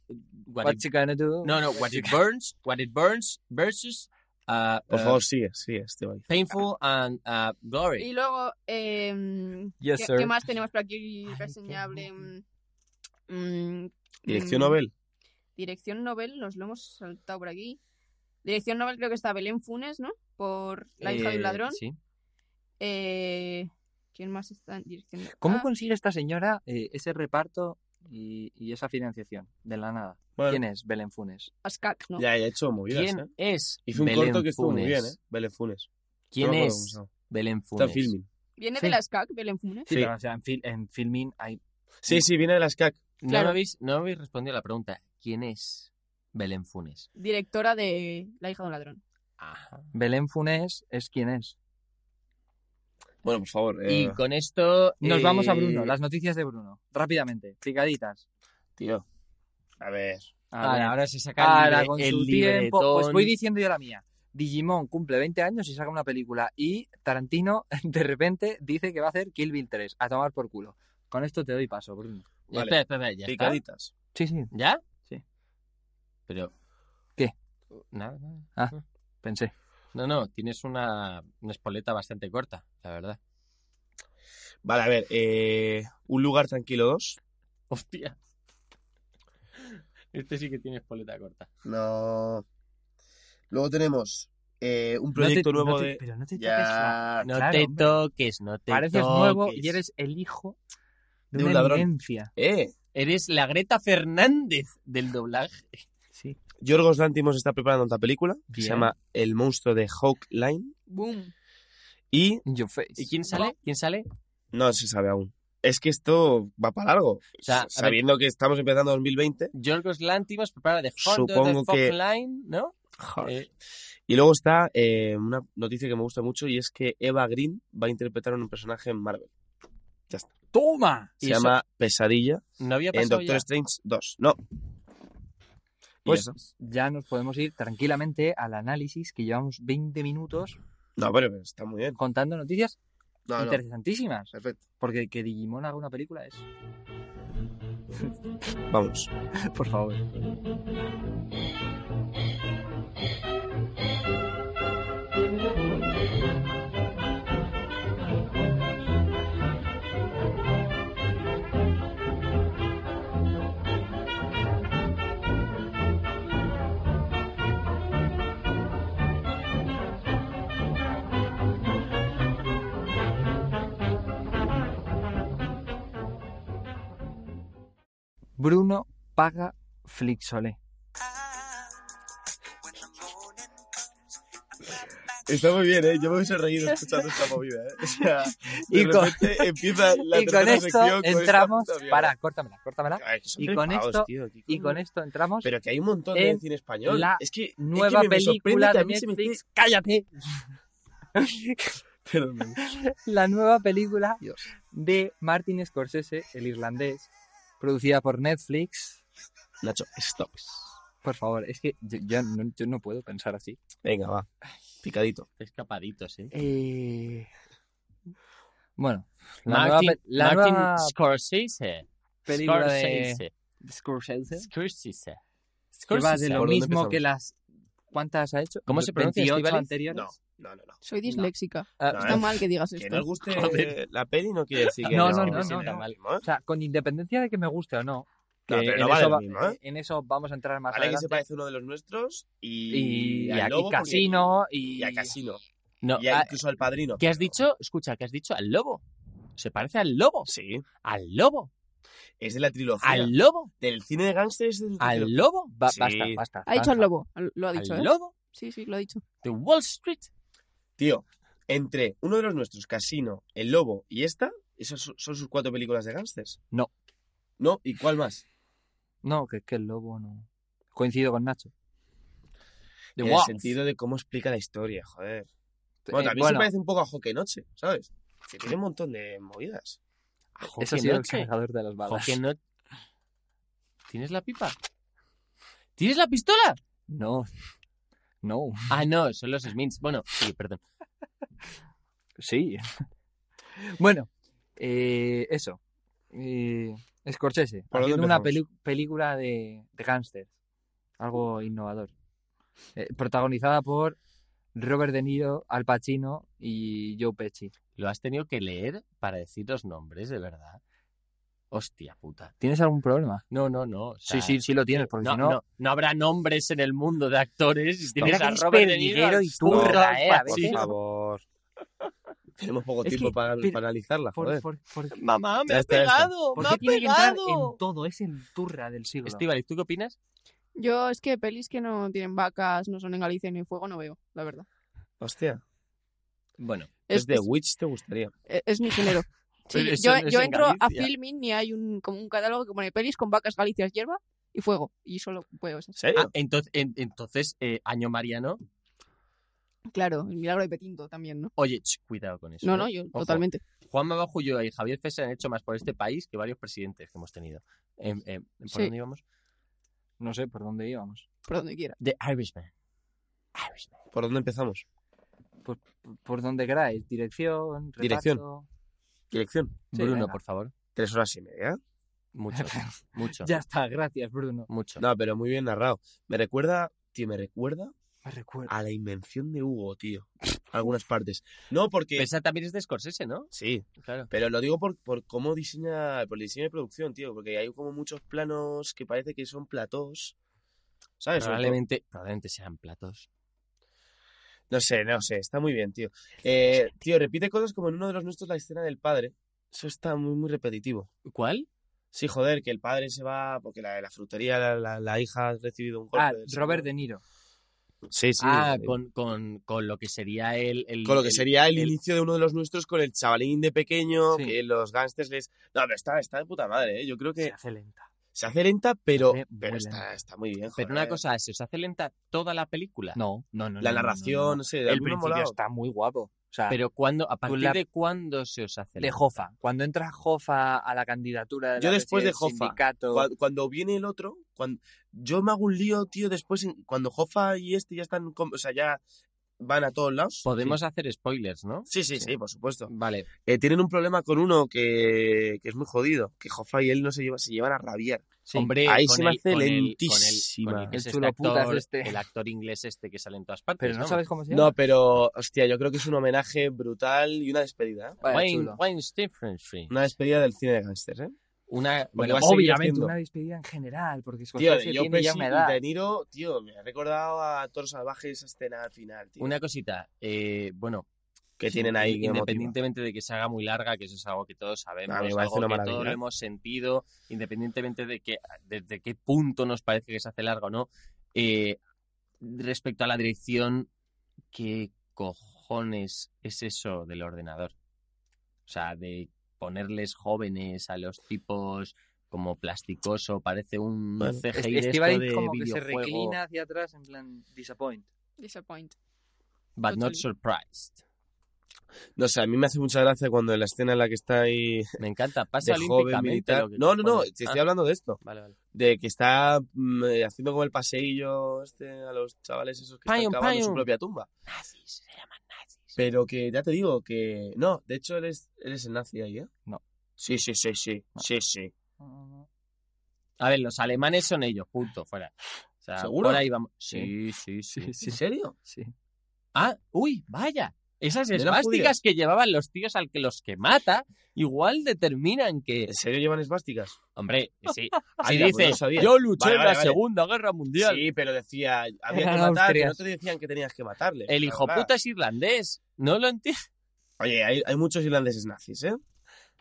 what What it- you gonna do? no, no, what it burns, what it burns versus uh, Por uh, favor, sigue, sigue, Esteban. painful and uh, glory. Y luego, eh, Yes, ¿qué, sir. qué más tenemos por aquí Ay, qué reseñable? bueno. Mm, Dirección mm, Nobel. Dirección Nobel, nos lo hemos saltado por aquí. Dirección Nobel creo que está Belén Funes, ¿no? Por La hija de Eh, un ladrón. Sí. Eh, ¿Quién más está en dirección Nobel? ¿Cómo Ah, consigue esta señora eh, ese reparto y, y esa financiación de la nada? Bueno, ¿Quién es Belén Funes? Ascac, ¿no? Ya, ya he hecho movidas, ¿Quién ¿eh? es? Hizo un Belén corto que estuvo muy Funes? bien, ¿eh? Belén Funes. ¿Quién No me acuerdo cómo se es llama. Belén Está Funes? en filming. ¿Viene Sí. de la SCAC, Belén Funes? Sí. pero, o sea, en, fil- en filming hay... Sí, sí, viene de las CAC. No, Claro. me habéis, no me habéis respondido a la pregunta. ¿Quién es Belén Funes? Directora de La hija de un ladrón. Ajá. Belén Funes es quien es. Bueno, por favor. eh, Y con esto... Nos eh, vamos a Bruno, las noticias de Bruno. Rápidamente, picaditas. Tío. A ver. A ver. Ahora, ahora se saca el, Ahora, libre- con el su tiempo, libretón. pues voy diciendo yo la mía. Digimon cumple 20 años y saca una película y Tarantino de repente dice que va a hacer Kill Bill 3, a tomar por culo. Con esto te doy paso, Bruno. Ya, Vale. Espera, espera, espera, ¿ya está? Picaditas. Sí, sí, ¿Ya? Sí. Pero... ¿Qué? Nada, nada. pensé. No, no, tienes una, una espoleta bastante corta, la verdad. Vale, a ver. eh, un lugar tranquilo 2. Hostia. Este sí que tiene espoleta corta. No. Luego tenemos eh, un No te- proyecto no nuevo te- de. Pero no te toques la- Ya. No Ah, Claro, te hombre. toques, no te Pareces toques. nuevo y eres el hijo de, De una un ladrón. eminencia. Eh. Eres la Greta Fernández del doblaje. Sí. Yorgos Lantimos está preparando otra película que se Bien. llama El monstruo de Hawk Line. ¡Boom! Y In your face. ¿Y quién sale? ¿Quién sale? no se sabe aún. Es que esto va para largo. sea, a ver- Sabiendo que estamos empezando 2020. Yorgos Lantimos prepara de Hot Supongo de Fox que- Line, ¿no? Eh, Y luego está eh, una noticia que me gusta mucho y es que Eva Green va a interpretar a un personaje en Marvel. ¡Toma! Se ¿Y eso? llama Pesadilla no había en pasado Doctor ya. Strange 2. No. Pues- Pues ya nos podemos ir tranquilamente al análisis que llevamos 20 minutos No, pero, pero está muy bien. contando noticias No, no, interesantísimas. perfecto. Porque que Digimon haga una película es. Vamos. Por favor. Bruno paga Flixolé. Está muy bien, ¿eh? Yo me hubiese reído escuchando esta movida, ¿eh? O sea, de Y con- repente empieza la y con tercera esto sección con esta entramos. puta mierda. Para, córtamela, córtamela. Ay, que son y con trepados, esto- tío, qué Y coño. con esto entramos. Pero que hay un montón de en cine español. la es que es que nueva me- me sorprende película que a de mí se me esté- Netflix. ¡Cállate! Perdón. La nueva película Dios. de Martin Scorsese, el irlandés, producida por Netflix. Nacho, stop. Por favor, es que yo, yo no, yo no puedo pensar así. Venga, va. Picadito. Escapaditos, ¿eh? Eh, Bueno, la nueva, Martin, pe- la Martin nueva Scorsese. película de Scorsese. Scorsese Scorsese. que va de Scorsese. lo ¿Por dónde mismo empezamos? que las... ¿Cuántas ha hecho? ¿Cómo se pronuncia, 28 Estíbaliz? anteriores. No, no, no, no. Soy disléxica. Ah, No, está eh. Está mal que digas Que esto. no os guste Joder. la peli no quiere decir que No, es no, que no, me sienta no, no. mal, ¿no? O sea, con independencia de que me guste o no. No, que pero en, no vale eso lo va- mismo, ¿eh? en eso vamos a entrar más Vale que se adelante. parece uno de los nuestros y, y, al aquí lobo porque- Casino y... y a Casino. No, Y a- ah, incluso al padrino. ¿Qué has pero- dicho? Escucha, ¿qué has dicho? Al lobo. Se parece al lobo. Sí, Al lobo. es de la trilogía. Al lobo. Del cine de gángsters. es de la Al trilogía. lobo. Ba- Sí. Basta, basta. Ha dicho el zanja. lobo. al- Lo ha dicho, Al ¿eh? lobo. Sí, sí, lo ha dicho. De Wall Street. Tío, entre uno de los nuestros, Casino, El Lobo y esta, esas son- son sus cuatro películas de gángsters. No. ¿No? ¿Y cuál más? No, que es que el lobo no... Coincido con Nacho. De en Wall. el sentido de cómo explica la historia, joder. Eh, Bueno, también bueno, se parece un poco a Hockey Noche, ¿sabes? Que tiene un montón de movidas. eso ha Joque sido el Ah, noche. cargador de las balas. Joque no- ¿Tienes la pipa? ¿Tienes la pistola? No, no, Ah, no, son los Smiths. Bueno, sí, perdón. sí. bueno, eh, eso. Eh, Scorsese, ¿Por dónde haciendo una empezamos? peli- película de, de gángsters. Algo innovador. Eh, protagonizada por Robert De Niro, Al Pacino y Joe Pesci. Lo has tenido que leer para decir los nombres, de verdad. Hostia puta. ¿Tienes algún problema? No, no, no. o sea, sí lo tienes, porque No, si no... no, no habrá nombres en el mundo de actores. Si tienes Mira a que es Robert De Niro, perdiguero al y puto turra, Al eh, a Pacino. veces. favor. Tenemos poco Es tiempo que, para, pero- para analizarla, por, ah, joder. por- por- Mamá, me Ya has está, ya está. pegado, ¿por me qué has tiene que entrar en pegado. todo? Es el turra del siglo. Estíbaliz, ¿tú qué opinas? Yo es que pelis que no tienen vacas, no son en Galicia ni en fuego, no veo, la verdad. Hostia. Bueno, Es, Es de Witch, te gustaría. es- es mi género. Sí, Pero eso yo no es yo en entro a Galicia. Filmin y hay un, como un catálogo que pone pelis con vacas, galicias, hierba y fuego. Y solo veo ¿En esas. serio? ah, entonces, en- entonces, eh, Año Mariano, Claro, el milagro de Petinto también, ¿no? oye, ch, cuidado con eso. No, ¿eh? no, yo Ojo. totalmente. Juan Mabajullo y Javier Fese han hecho más por este país que varios presidentes que hemos tenido. Em, em, ¿Por Sí. dónde íbamos? No sé por dónde íbamos. Por donde quiera. The Irishman. Irishman. ¿Por dónde empezamos? Por donde queráis. Dirección, reparto... Dirección. Dirección. Sí, Bruno, venga. por favor. Tres horas y media. Mucho, mucho, Ya está, gracias, Bruno. mucho. No, pero muy bien narrado. Me recuerda, tío, me recuerda Me recuerdo. a la invención de Hugo, tío. Algunas partes. No, porque... Pero Pues esa también es de Scorsese, ¿no? Sí, Claro. Pero lo digo por, por cómo diseña, por el diseño de producción, tío, porque hay como muchos planos que parece que son platós. ¿Sabes? Probablemente, probablemente sean platos. No sé, no sé, está muy bien, tío. Eh, tío, repite cosas como en uno de los nuestros la escena del padre. Eso está muy, muy repetitivo. ¿Cuál? Sí, joder, que el padre se va porque la, la frutería, la, la- la hija ha recibido un golpe. Ah, del señor. Robert De Niro. Sí, sí. ah, eh, con, con, con lo que sería el... el- con lo que el- sería el, el- inicio de uno de los nuestros con el chavalín de pequeño, Sí. que los gángsters les... No, pero está, está de puta madre, ¿eh? Yo creo Se que hace lenta. se hace lenta, pero, hace muy pero lenta. está, está muy bien, Pero joder. una cosa, ¿se os hace lenta toda la película? No, no, no. no, no, la no, narración, no. no sé, El alguno principio molado. está muy guapo. O sea, Pero cuando, ¿a partir la- de cuándo se os hace? la- de Jofa. Cuando entra Jofa a la candidatura de Yo la después de presidencia del Jofa, sindicato, Cua- Cuando, viene el otro, cuando, yo me hago un lío, tío, después, en- cuando Hoffa y este ya están, com- o sea, ya van a todos lados. Podemos hacer spoilers, ¿no? Sí, sí, sí, por supuesto. Vale. Eh, tienen un problema con uno que, que es muy jodido, que Hoffa y él no se, lleva, se llevan a rabiar. sí. Hombre, Ahí con se me el- hace con el- con el- lentísima. con el que El es este chuloputas actor, este. El actor inglés este que sale en todas partes. pero pues no vamos. sabes cómo se llama. No, pero, hostia, yo creo que es un homenaje brutal y una despedida. ¿eh? Vaya Wayne, chulo. Wayne Stephenson. Una despedida del cine de gángsters, ¿eh? Una, Porque bueno, va a seguir Obviamente, haciendo. una despedida en general, porque Tío, Scorsese de Joe Pues tiene ya Pesci una y edad. De Niro, tío, me ha recordado a Toros Salvajes esa escena al final, tío. una cosita. eh, bueno, que tienen ahí. que motiva. independientemente de que se haga muy larga, que eso es algo que todos sabemos, A mí me parece algo una que todos maravilla. lo hemos sentido, independientemente de que desde qué punto nos parece que se hace larga o no. eh, respecto a la dirección, ¿qué cojones es eso del ordenador? O sea, de ponerles jóvenes a los tipos como plasticoso, parece un Bueno, CGI de esto Estivaliz de como que se videojuego. reclina hacia atrás en plan disappoint. Disappoint. But not Totally. surprised. No sé, a mí me hace mucha gracia cuando en la escena en la que está ahí Me encanta. Pasa de joven olímpicamente. militar. lo que No, no, no, cojones. te Ah, estoy hablando de esto. Vale, vale. De que está mm, eh, haciendo como el paseillo este a los chavales esos que Payun, están cavando su payun. propia tumba. Nazis, se llaman nazis. Pero que ya te digo que. No, de hecho, él es, él es el nazi ahí, ¿eh? No. Sí, sí, sí, sí. No. Sí, sí. A ver, los alemanes son ellos, punto, fuera. O sea, ¿Seguro? Por ahí vamos. Sí, sí, sí, sí. ¿En serio? Sí. Ah, uy, vaya. Esas ¿Eran esvásticas judías? que llevaban los tíos al que los que mata, igual determinan que. ¿En serio llevan esvásticas? Hombre, sí. Ah, Si ya, pues no dice, lo sabía. yo luché Vale, en vale, la vale. Segunda Guerra Mundial. Sí, pero decía, había Eran que matar, que no austrias. te decían que tenías que matarle. El la hijo verdad. puta es irlandés. No lo entiendo. Oye, hay, hay muchos irlandeses nazis, ¿eh?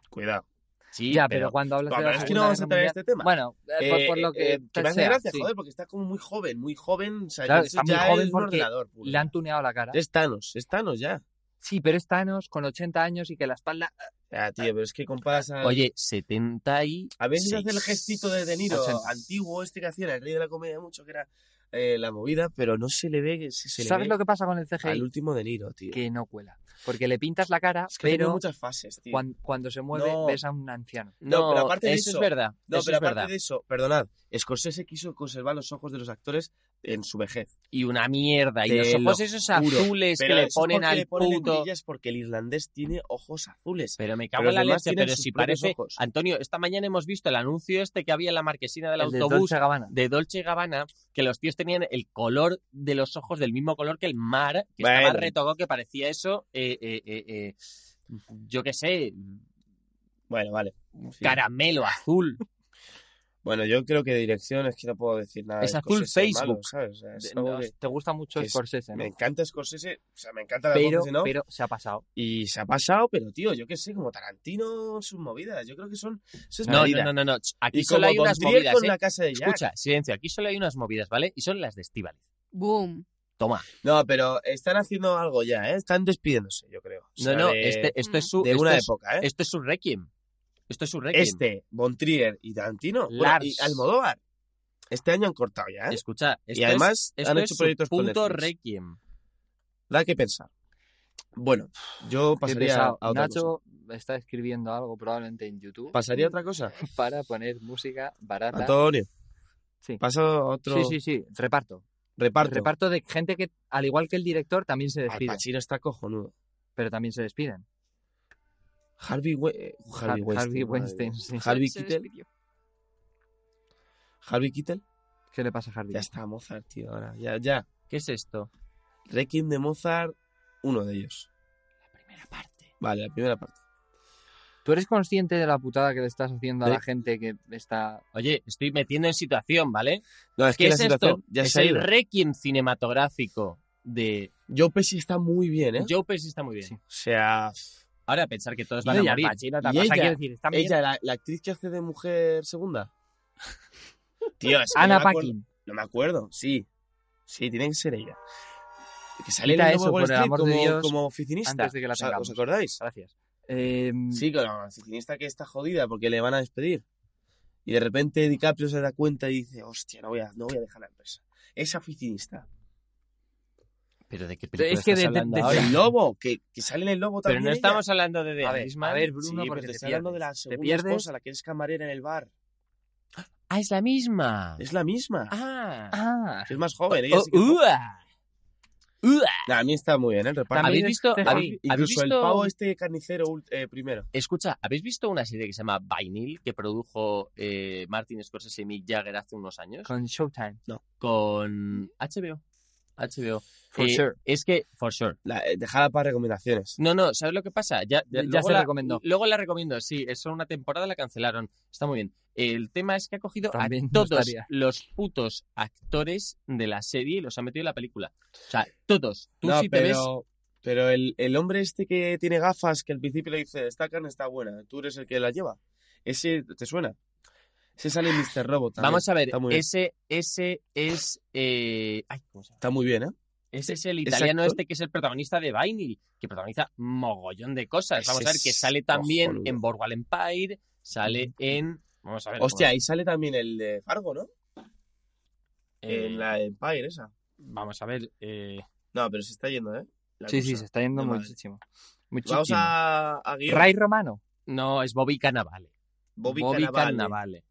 Cuidado. Sí, ya, pero, pero. cuando hablas de Bueno, la es que no Segunda vamos a Guerra entrar en Mundial- este tema. Bueno, eh, por, Eh, por lo que, eh, que me hace sea, gracia, sí. joder, porque está como muy joven, muy joven. O sea, Claro, que eso está muy ya joven es un porque ordenador. puro. Le han tuneado la cara. Es Thanos, es Thanos ya. Sí, pero es Thanos con 80 años y que la espalda... Ah, tío, pero es que comparas a... Oye, 70 y. a veces hace el seis. gestito de De Niro, Ochenta. antiguo este que hacía en el Rey de la Comedia mucho, que era eh, la movida, pero no se le ve, que se, se le ¿Sabes ve lo que pasa con el CGI? al último De Niro, tío. Que no cuela. Porque le pintas la cara, Es que tiene pero muchas fases, tío. cuan- cuando se mueve No. ves a un anciano. No, No, pero aparte de eso, eso- es verdad. No, eso es pero aparte verdad. de eso, perdonad, Scorsese quiso conservar los ojos de los actores en su vejez. Y una mierda. Y Te los lo ojos esos juro. azules que Pero le eso es ponen porque al le ponen puto. lentillas porque el irlandés tiene ojos azules. Pero me cago Pero en la los demás leche, tienen pero sus si propios parece... ojos. Antonio, esta mañana hemos visto el anuncio este que había en la marquesina del El de autobús Dolce Gabbana. de Dolce Gabbana, que los tíos tenían el color de los ojos del mismo color que el mar, que Bueno. estaba retocado, que parecía eso, eh, eh, eh, eh, yo qué sé, Bueno, vale. Sí. caramelo azul. Bueno, yo creo que de dirección es que no puedo decir nada. Es de azul Scorsese Facebook. malo, ¿sabes? O sea, es De- algo no, que- Te gusta mucho que es- Scorsese, ¿no? Me encanta Scorsese, o sea, me encanta la Pero, voz, ¿no? pero se ha pasado. Y se ha pasado, pero tío, yo qué sé, como Tarantino, sus movidas. Yo creo que son. Eso es No, medida. no, no, no, no, ch, Aquí Y solo como hay unas Von Trier movidas, con ¿eh? la casa de Jack. Escucha, silencio, aquí solo hay unas movidas, ¿vale? Y son las de Estíbaliz. Boom. Toma. No, pero están haciendo algo ya, ¿eh? Están despidiéndose, yo creo. O sea, no, no, de, este, esto es su... de esto una es- época, ¿eh? Esto es su requiem. Esto es su requiem. Este, Bontrier y Tarantino. bueno, Lars. y Almodóvar. Este año han cortado ya, ¿eh? Escucha, esto es- además esto han es hecho su proyectos con punto Netflix. requiem. Da que pensar. Bueno, yo Qué pasaría pesado. a otra cosa. Nacho está escribiendo algo probablemente en YouTube ¿Pasaría a otra cosa? para poner música barata. Antonio. Sí. Paso a otro Sí, sí, sí, reparto. reparto. Reparto de gente que, al igual que el director, también se Al despide. Pacino está cojonudo. Pero también se despiden. Harvey, We- eh, Harvey Har- Weinstein. Harvey madre Weinstein, mía. sí. Harvey Se Keitel. despidió. Harvey Keitel. ¿Qué le pasa a Harvey? Ya está, Mozart, tío. Ahora, ya, ya. ¿Qué es esto? Requiem de Mozart, uno de ellos. La primera parte. Vale, la primera parte. ¿Tú eres consciente de la putada que le estás haciendo a Sí. la gente que está... Oye, estoy metiendo en situación, ¿vale? No, es ¿Qué que la es esto? situación ya es se ha el ido. requiem cinematográfico de Joe Pesci está muy bien, ¿eh? Joe Pesci está muy bien. Sí. O sea, Ahora pensar que todos Y van a ella, morir. Pacino, otra Y cosa, ella, quiero decir, están bien. ella, la, la actriz que hace de mujer segunda. Tío, es que Ana no me acuerdo- Paquin. No me acuerdo, sí. Sí, tiene que ser ella. Que sale en Quita el eso, nuevo Wall por el Street amor de como, Dios, como oficinista. antes de que la ¿Os- ¿Os tengamos. acordáis? Gracias. Eh, Sí, con la oficinista que está jodida porque le van a despedir. Y de repente DiCaprio se da cuenta y dice, hostia, no voy a, no voy a dejar la empresa. Esa oficinista. ¿Pero de qué película película Es que estás de- de- hablando hablando de- Ahora, el lobo, que, que sale en el lobo Pero también. no ella. estamos hablando de The A ver, Irishman. a ver, Sí, Bruno, pero porque te te estoy hablando de pierdes. la Te segunda pierdes. esposa, la que es camarera en el bar. Ah, es la misma. Es la misma. Ah. Ah, Es más joven. Ella Oh, sí uh. que es joven. ¡Ua! ¡Ua! Nah, a mí está muy bien el reparto. ¿Habéis También es visto, CGI. habéis- habéis Incluso el visto- pavo este carnicero ult- eh, primero. Escucha, ¿habéis visto una serie que se llama Vinyl que produjo eh, Martin Scorsese y Mick Jagger hace unos años? con Showtime. Con HBO. HBO. For Eh, sure. Es que, for sure. La, eh, dejada para recomendaciones. No, no, ¿sabes lo que pasa? Ya, Ya luego se la- recomendó. Luego la recomiendo, sí. Es solo una temporada, la cancelaron. Está muy bien. El tema es que ha cogido También a todos estaría. los putos actores de la serie y los ha metido en la película. O sea, todos. Tú No, sí te ves... pero, pero el, el hombre este que tiene gafas, que al principio le dice, esta carne está buena, tú eres el que la lleva. Ese, ¿te suena? Ese sale en Mr. Robot también. Vamos a ver, Está muy bien. ese, ese es... eh, ay, ¿cómo se llama? Está muy bien, ¿eh? Ese es el italiano actor? este que es el protagonista de Vinyl, que protagoniza mogollón de cosas. Ese Vamos a ver, que es sale también cojonudo. en Boardwalk Empire, sale en... Vamos a ver. Hostia, ahí sale también el de Fargo, ¿no? eh, En la Empire esa. Vamos a ver. eh, No, pero se está yendo, ¿eh? La Sí, sí, cosa. se está yendo de madre. muchísimo. Muchísimo. Vamos a, a guión. Ray Romano. no, es Bobby Cannavale. Bobby, Cannavale. Cannavale.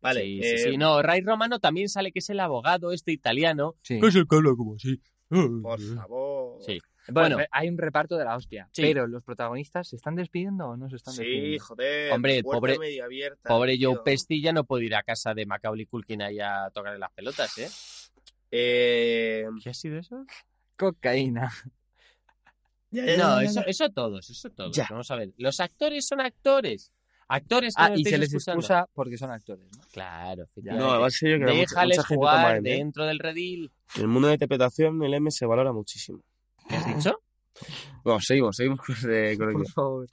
Vale, sí, eh, sí, sí. No, Ray Romano también sale que es el abogado este italiano. Sí. Que es el que habla como así. por favor. Sí. Bueno, Bueno. hay un reparto de la hostia. Sí. Pero los protagonistas, ¿se están despidiendo o no se están Sí, despidiendo? joder. Hombre, puerta pobre- medio abierta, Pobre Joe tío. Pesci ya no puede ir a casa de Macaulay Culkin ahí a tocarle las pelotas, ¿eh? Eh, ¿Qué ha sido eso? Cocaína. ya, ya, Eh, No, ya, ya, eso, Eh, ya. eso todos, eso todos. Ya. Vamos a ver. Los actores son actores. Actores que Ah, nos y estáis se les escuchando. excusa porque son actores. ¿no? Claro, Ya, No, va a ser yo que eh, Déjales mucha, mucha gente toma jugar M, ¿eh? dentro del redil. En el mundo de la interpretación, el M se valora muchísimo. ¿Qué has dicho? Bueno, seguimos, seguimos con eh, con el Por guión. favor.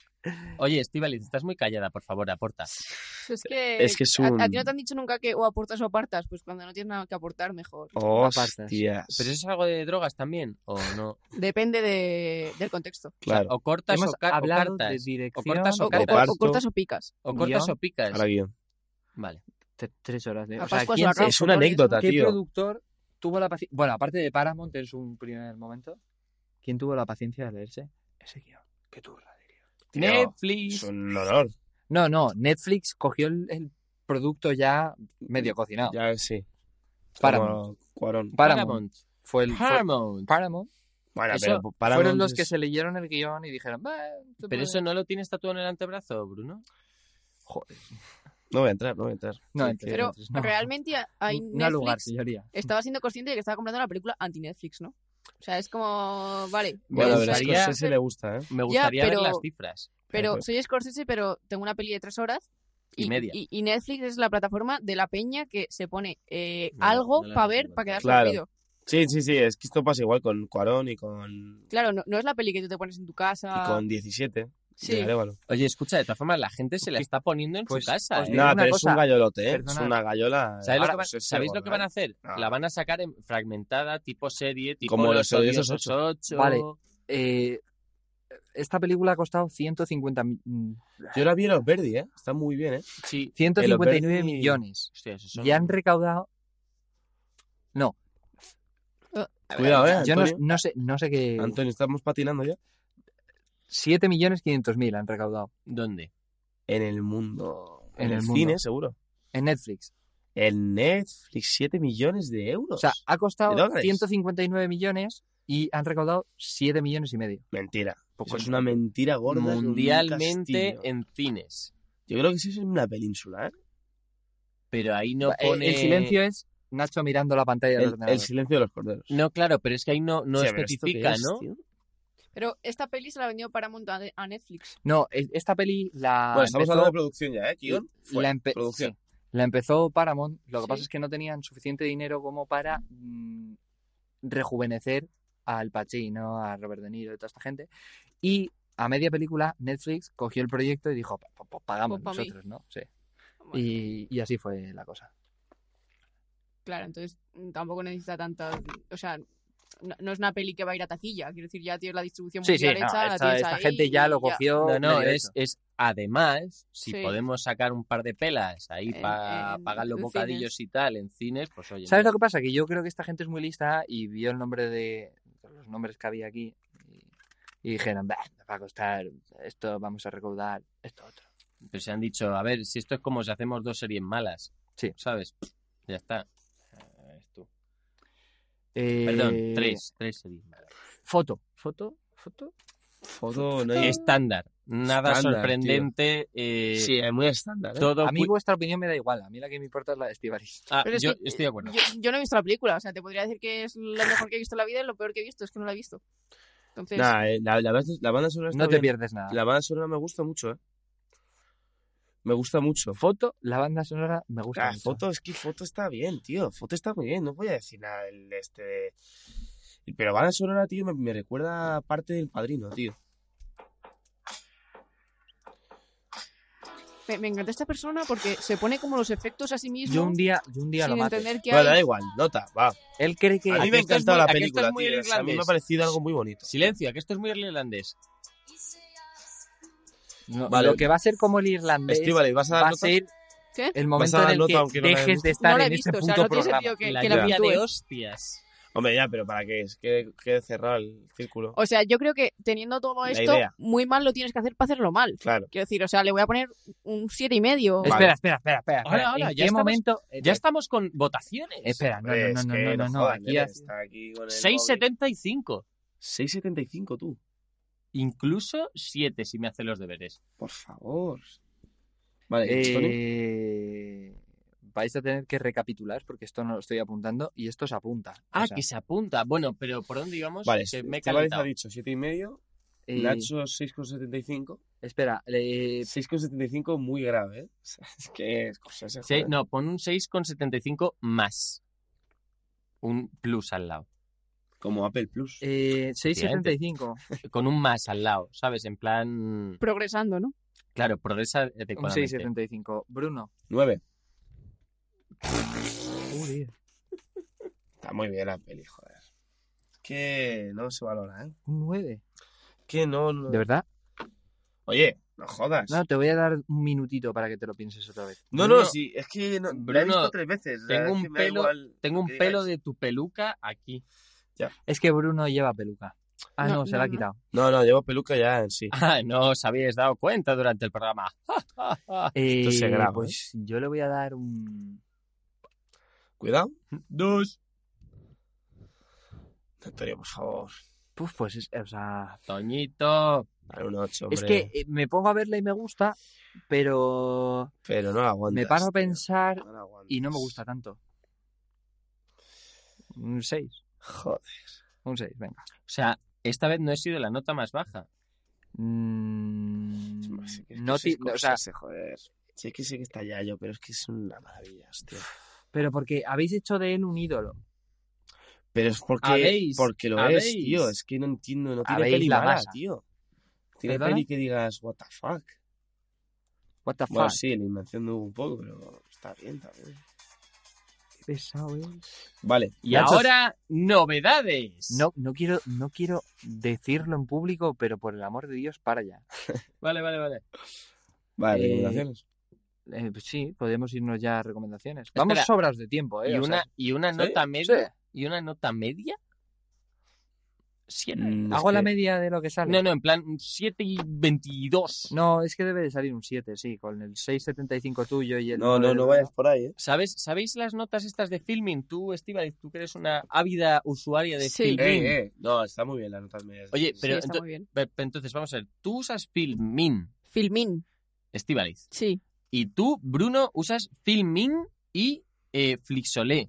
Oye, Estivaliz, estás muy callada, por favor, aporta. Es que, Es que es a- un- a, ti no te han dicho nunca que o aportas o apartas. Pues cuando no tienes nada que aportar, mejor. Oh. Hostias. ¿Pero eso es algo de drogas también? ¿O no? Depende de- del contexto. Claro, O cortas Hemos o, ca- o hablado de cartas. dirección. cortas O, o o- Reparto. o- o cortas o picas. O cortas guión. o picas. ahora guión. Vale. Te- Tres horas de... A O sea, Pascuas ¿quién- o a Ramos, Es una ¿no? anécdota, ¿Qué tío. productor tuvo la paciencia? Bueno, aparte de Paramount en un primer momento, ¿quién tuvo la paciencia de leerse ese guión? ¿Qué tuvo la Tío, Es Netflix. un honor. No, no, Netflix cogió el, el producto ya medio cocinado. Ya sí. Paramount. Como Cuarón. Paramount fue el fue- Paramount. Paramount. Bueno, Eso pero Paramount Fueron los es- que se leyeron el guión y dijeron, "Bah, esto Pero puede-". eso no lo tienes tatuado en el antebrazo, Bruno. Joder. No voy a entrar, no voy a entrar. No, Sí, entonces, que- Pero entonces, no. realmente a- hay No hay lugar, Netflix señoría. estaba siendo consciente de que estaba comprando una película anti-Netflix, ¿no? O sea, es como, vale, Me Bueno, a ver, a gustaría- Scorsese le gusta, pues. ¿eh? Me gustaría pero- ver las cifras. pero soy Scorsese, pero tengo una peli de tres horas. Y media. Y, y Netflix es la plataforma de la peña que se pone eh, No, algo no la para hemos ver, encontrado. para quedarse Claro. dormido. Sí, sí, sí, es que esto pasa igual con Cuarón y con, Claro, no, no es la peli que tú te pones en tu casa. y con 17 Ah. Sí. de Arevalo. Oye, escucha, de todas formas, la gente se la está poniendo en Pues, su casa. os ¿eh? digo No, una pero cosa, es un gallolote, ¿eh? perdonad. Es una gallola. ¿Sabéis, Ahora, lo que, va- pues, es ¿sabéis lo algo, que van a ¿eh? hacer? No. La van a sacar en fragmentada, tipo serie, tipo Como Los Los Odiosos Odiosos 8. Vale. Eh, esta película ha costado 150 mi- mm, Yo la vi en los Verdi, ¿eh? Está muy bien, ¿eh? Sí. 159 Verdi- millones. Hostia, esos son- Y han recaudado. No, Cuidado, ¿eh? yo no, Antonio, no sé, no sé qué. Antonio, estamos patinando ya. 7 millones 500 mil han recaudado ¿Dónde? En el mundo. En el mundo. cine, seguro. en Netflix. En Netflix, 7 millones de O euros. sea, ha costado ¿De dólares? 159 millones y han recaudado 7 millones y medio. mentira. Poco Eso Pues es pues es. una mentira gorda. como un Mundialmente castillo. en cines. Yo creo que sí es en una península, ¿eh? Pero ahí no Eh, pone. El silencio es Nacho mirando la pantalla del El, ordenador. el silencio de los corderos. No, claro, pero es que ahí no, no Hostia, pero ¿esto qué especifica, es, ¿no? tío? Pero esta peli se la ha vendido Paramount a, a Netflix. No, e- esta peli la Bueno, estamos empezó, hablando de producción ya, ¿eh? Guión. Fue. la, empe- producción. sí, la empezó Paramount. Lo que Sí. pasa es que no tenían suficiente dinero como para mm, rejuvenecer al Pacino, a Robert De Niro y toda esta gente. Y a media película, Netflix cogió el proyecto y dijo: "Pa- pa- pa- pagamos Pues pa' mí". nosotros, ¿no? Sí. Bueno, Y, y así fue la cosa. Claro, entonces mm, tampoco necesita tanta. O sea, no, no es una peli que va a ir a taquilla. Quiero decir, ya tienes la distribución Sí, sí, mundial no, hecha, la esta, tienes esta ahí gente ya y lo cogió. No, no, medio es, hecho. es además, si Sí. podemos sacar un par de pelas ahí En- para en- pagar los en bocadillos y tal en cines, pues oye. ¿Sabes mira. lo que pasa? Que yo creo que esta gente es muy lista y vio el nombre de. los nombres que había aquí y, y dijeron, "Bah, nos va a costar esto, vamos a recaudar esto otro. Pero se han dicho, a ver, si esto es como si hacemos dos series malas. Sí. ¿Sabes? Ya está. Ah, es tú. Eh, Perdón, tres. Tres series malas. Foto, foto, foto. Foto, no hay- Estándar. Nada Estándar, sorprendente. eh, Sí, es muy estándar. ¿eh? Todo A mí cu- vuestra opinión me da igual, a mí la que me importa es la de Estivalis. Ah, Pero es yo que- estoy de acuerdo. Yo, yo no he visto la película, o sea, te podría decir que es lo mejor que he visto en la vida y lo peor que he visto es que no la he visto. Entonces, Nah, eh, la, la banda- la banda sonora está No te bien. pierdes nada. La banda sonora me gusta mucho, ¿eh? Me gusta mucho. Foto, la banda sonora me gusta. Ah, mucho. foto, es que foto está bien, tío. Foto está muy bien. No voy a decir nada del este de... Pero banda sonora, tío, me, me recuerda a parte del padrino, tío. me, me encanta esta persona porque se pone como los efectos a sí mismo Yo un día, yo un día sin lo mato. entender que Bueno, da hay. igual, nota, va. Él cree que A mí me ha esto es encantado muy- la aquí esto es película, muy tío. o sea, a mí me ha irlandés. parecido algo muy bonito. Silencio, que esto es muy irlandés. no, Vale. lo que va a ser como el irlandés Estivale, ¿vas a va dar a nota? ser ¿Qué? el Vas a momento dar en el nota, que aunque no la hayas dejes de visto. estar No la he en este visto, o punto sea, no tiene programa. sentido que, la que la lluvia de habitúes. hostias. Hombre, ya, pero para qué, es que quede cerrado el círculo. O sea, yo creo que teniendo todo La esto, idea. muy mal lo tienes que hacer para hacerlo mal. Claro. Quiero decir, o sea, le voy a poner un siete y medio. Vale. Espera, espera, espera, espera. Ahora, espera. ahora, ¿En ya qué estamos- momento? Ya estamos con votaciones. Eh, Espera, no, Hombre, no, es no, que no, no, no, jodas, aquí nene, hace- está aquí con el móvil. 6.75. 6.75 tú. Incluso 7 si me hace los deberes. Por favor. Eh, Vale, Tony. Eh, vais a tener que recapitular porque esto no lo estoy apuntando y esto se apunta. O Ah, sea, que se apunta. Bueno, pero ¿por dónde íbamos? Vale, Que me he Estebares ha calentado. dicho 7,5. eh, Nacho 6,75. Espera, eh, 6,75 muy grave, ¿eh? O sea, es que es cosa esa, Se- joder. no, pon un 6,75 más. Un plus al lado. Como Apple Plus. eh, 6.75. Con un más al lado, ¿sabes? En plan. Progresando, ¿no? Claro, progresa Un adecuadamente. 6.75. Bruno. 9. Está muy bien la peli, joder. Que no se valora, ¿eh? Un 9. Que no, no- ¿De verdad? Oye, no jodas. No, te voy a dar un minutito para que te lo pienses otra vez. No, no, Bruno, sí, es que no, la he Bruno, visto tres veces. o sea, tengo es un que me da pelo- igual Tengo lo un que pelo digáis. de tu peluca aquí. Es que Bruno lleva peluca. Ah, No, no, se no, la ha no. quitado. No, no, llevo peluca ya en sí. Ah, no os habéis dado cuenta durante el programa. Esto se Eh, graba, pues yo le voy a dar un... Cuidado. Dos. Antonio, por favor. Puf, pues es, o sea, Toñito. Dale un 8, hombre. es que eh, me pongo a verla y me gusta, pero Pero no la aguantas. me paro a tío, pensar no la aguantas. y no me gusta tanto. Un 6, Joder. un 6, venga. O sea, esta vez no he sido la nota más baja. Mm, Es más, es que no esas ti- no, o cosas, sea, eh, joder. Sí que sé que está Yayo, pero es que es una maravilla, hostia. pero porque habéis hecho de él un ídolo. Pero es porque, Habéis, porque lo habéis. es, tío. Es que no entiendo, no tiene Habéis peli la mala, masa. tío. Tiene ¿Perdona? peli que digas, what the fuck. What the Bueno, fuck. sí, la invención de Hugo un poco, pero está bien también. Qué pesado es. Vale. Y Nacho, ahora, novedades. No, no quiero, no quiero decirlo en público, pero por el amor de Dios, para ya. Vale, vale, vale. Vale, eh, recomendaciones. Eh, pues sí, podemos irnos ya a recomendaciones. Vamos Espera. sobrados de tiempo, ¿eh? Y O sea, una, y una ¿sí? nota sí. media. ¿Y una nota media? Siete. Mm, es Hago la que- media de lo que sale. No, no, en plan 7 y 22. No, es que debe de salir un 7, sí, con el 6,75 tuyo y el. No, no, nueve no de- vayas por ahí, ¿eh? ¿Sabes, ¿Sabéis las notas estas de filming? Tú, Estivaliz, tú que eres una ávida usuaria de Sí. filming. Eh, eh. No, está muy bien las notas medias. Oye, Sí, pero está ento- muy bien. pe- pe- entonces vamos a ver. Tú usas filming, Filmín, Estivaliz. sí. Y tú, Bruno, usas filming y eh, flixolé.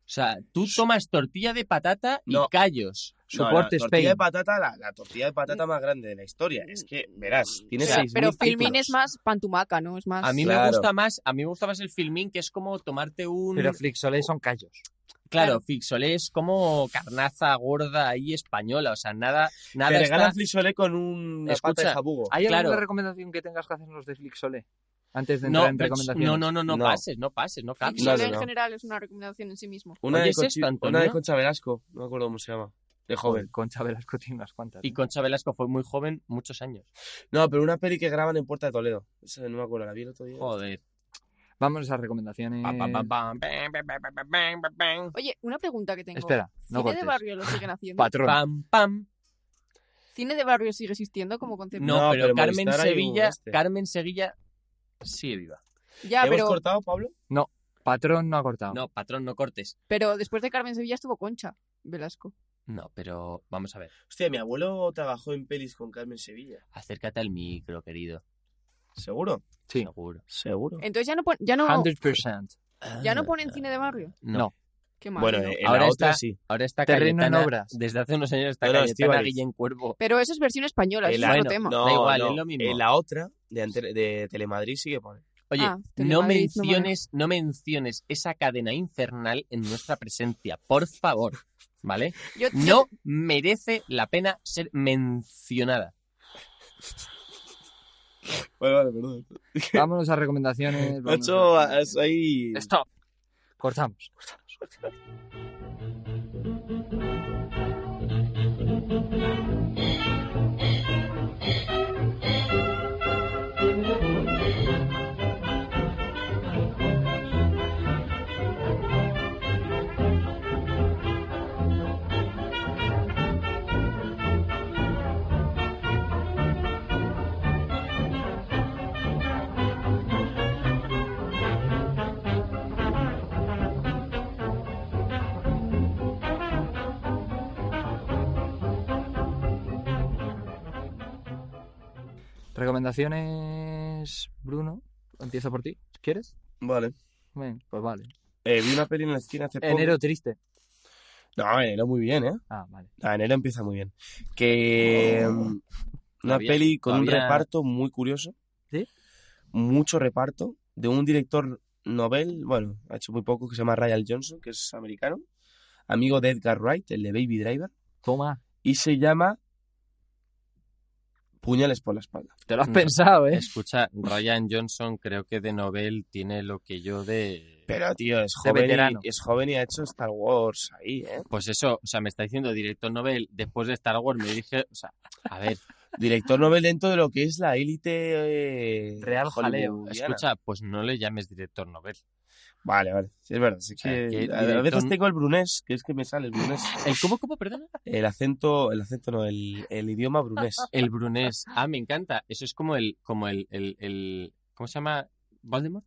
O sea, tú tomas tortilla de patata y No. callos. Soporte la tortilla Spain. de patata, la, la tortilla de patata más grande de la historia. Es que, verás, tiene O sea, 6.000 pero Filmín títulos. es más pantumaca, ¿no? Es más... A mí me Claro. gusta más, a mí me gusta más el filming, que es como tomarte un Pero Flixolé son callos. claro, Claro. Flixolé es como carnaza gorda ahí española, o sea, nada nada Te está- regalan frisolé con una pata de Escucha, jabugo. ¿Hay Claro. alguna recomendación que tengas que hacernos de Flixolé? Antes de entrar no, en pero- recomendaciones. no, no, no, no No. pases, no pases, no cambies. Flixolé No, no, en no. general es una recomendación en sí mismo. Una, Oye, de ¿es esto, Conchi- Antonio? una de Concha Velasco, no me acuerdo cómo se llama. Joder, De joven. Concha Velasco tiene unas cuantas. Y ¿eh? Concha Velasco fue muy joven, muchos años. Eh. No, pero una peli que graban en Puerta de Toledo. Esa no me acuerdo, la vi el otro día. Joder. Vamos a recomendaciones. Pam, pam, pam, pam, pam, pam, pam, pam, pam, pam, pam. Oye, una pregunta que tengo. Espera, no ¿Cine de cortes. barrio lo siguen haciendo? Patrón. Pam, pam. ¿Cine de barrio sigue existiendo como concepto? No, No, pero, pero Carmen Movistar hay un Sevilla, este. Carmen Sevilla sí viva. Ya, ¿Hemos pero, cortado, Pablo? Patrón no ha cortado. No, patrón, no cortes. pero después de Carmen Sevilla estuvo Concha Velasco. No, pero vamos a ver. Hostia, mi abuelo trabajó en pelis con Carmen Sevilla. Acércate al micro, querido. ¿Seguro? Sí. Seguro. Seguro. Entonces ya no, pon- ya no, 100%. ya no ponen cine de barrio. Ah, No. No. Qué mal. Bueno, ¿no? eh, en Ahora la otra está- sí. Ahora está Terreno en Cayetana- obras. Desde hace unos años está No, no, Cayetana Estíbaliz. Guillén Cuervo. Pero eso es versión española, eso El es otro bueno, tema. No, Da igual, no. es lo mismo. En la otra, de, Ante- de Telemadrid, sí que pone. Oye, Ah, no Telemadrid, no me menciones, no menciones esa cadena infernal en nuestra presencia, por favor. ¿Vale? Yo, No merece la pena ser mencionada. Vale, vale, perdón. Vámonos a recomendaciones. vamos Nacho, a- has ahí... Stop. Cortamos. Recomendaciones, Bruno. Empiezo por ti. ¿Quieres? Vale. Bueno, pues vale. Eh, vi una peli en el cine hace poco. Enero triste. No, enero muy bien, ¿eh? Ah, vale. Ah, enero empieza muy bien. Que... Oh. mm, Una Todavía- peli con todavía- un reparto muy curioso. ¿Sí? Mucho reparto. De un director novel, bueno, ha hecho muy poco, que se llama Ryan Johnson, que es americano. Amigo de Edgar Wright, el de Baby Driver. Toma. Y se llama... Puñales por la espalda. Te lo has No. pensado, ¿eh? Mm, Escucha, Ryan Johnson creo que de Nobel tiene lo que yo de... Pero, tío, es De joven, veterano. y, es joven y ha hecho Star Wars ahí, ¿eh? Pues eso, o sea, me está diciendo director Nobel después de Star Wars, me dije, o sea, a ver, Director novel dentro de lo que es la élite eh, Real jaleo. hollywoodiana. escucha, pues no le llames director Nobel. Vale, vale. Sí, es verdad. sí sea, que que a- a, director- veces tengo el brunés, que es que me sale el brunés. ¿El cómo, cómo, perdona? El acento, el acento no, el, el idioma brunés. El brunés. Ah, me encanta. Eso es como el, como el, el, el- ¿cómo se llama? ¿Voldemort?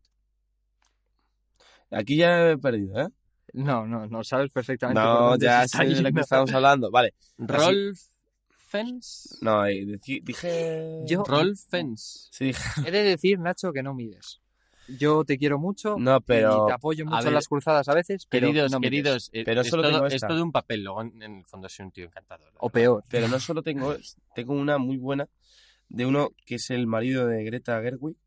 Aquí ya he perdido, ¿eh? No, no, no sabes perfectamente. por No, dónde se ya está sé de lo yendo. que estamos hablando. Vale. Rolf Fens. No, eh, deci- dije... Yo- Rolf Fens. Sí, dije... He de decir, Nacho, que no mides. Yo te quiero mucho. No, Y pero... te apoyo mucho ver, en las cruzadas a veces. Pero Queridos, no mides. queridos, eh, Pero es, solo todo, tengo es esta. todo un papel, luego en, en el fondo soy un tío encantador. la O verdad. peor. Pero no solo tengo... Tengo una muy buena de uno que es el marido de Greta Gerwig,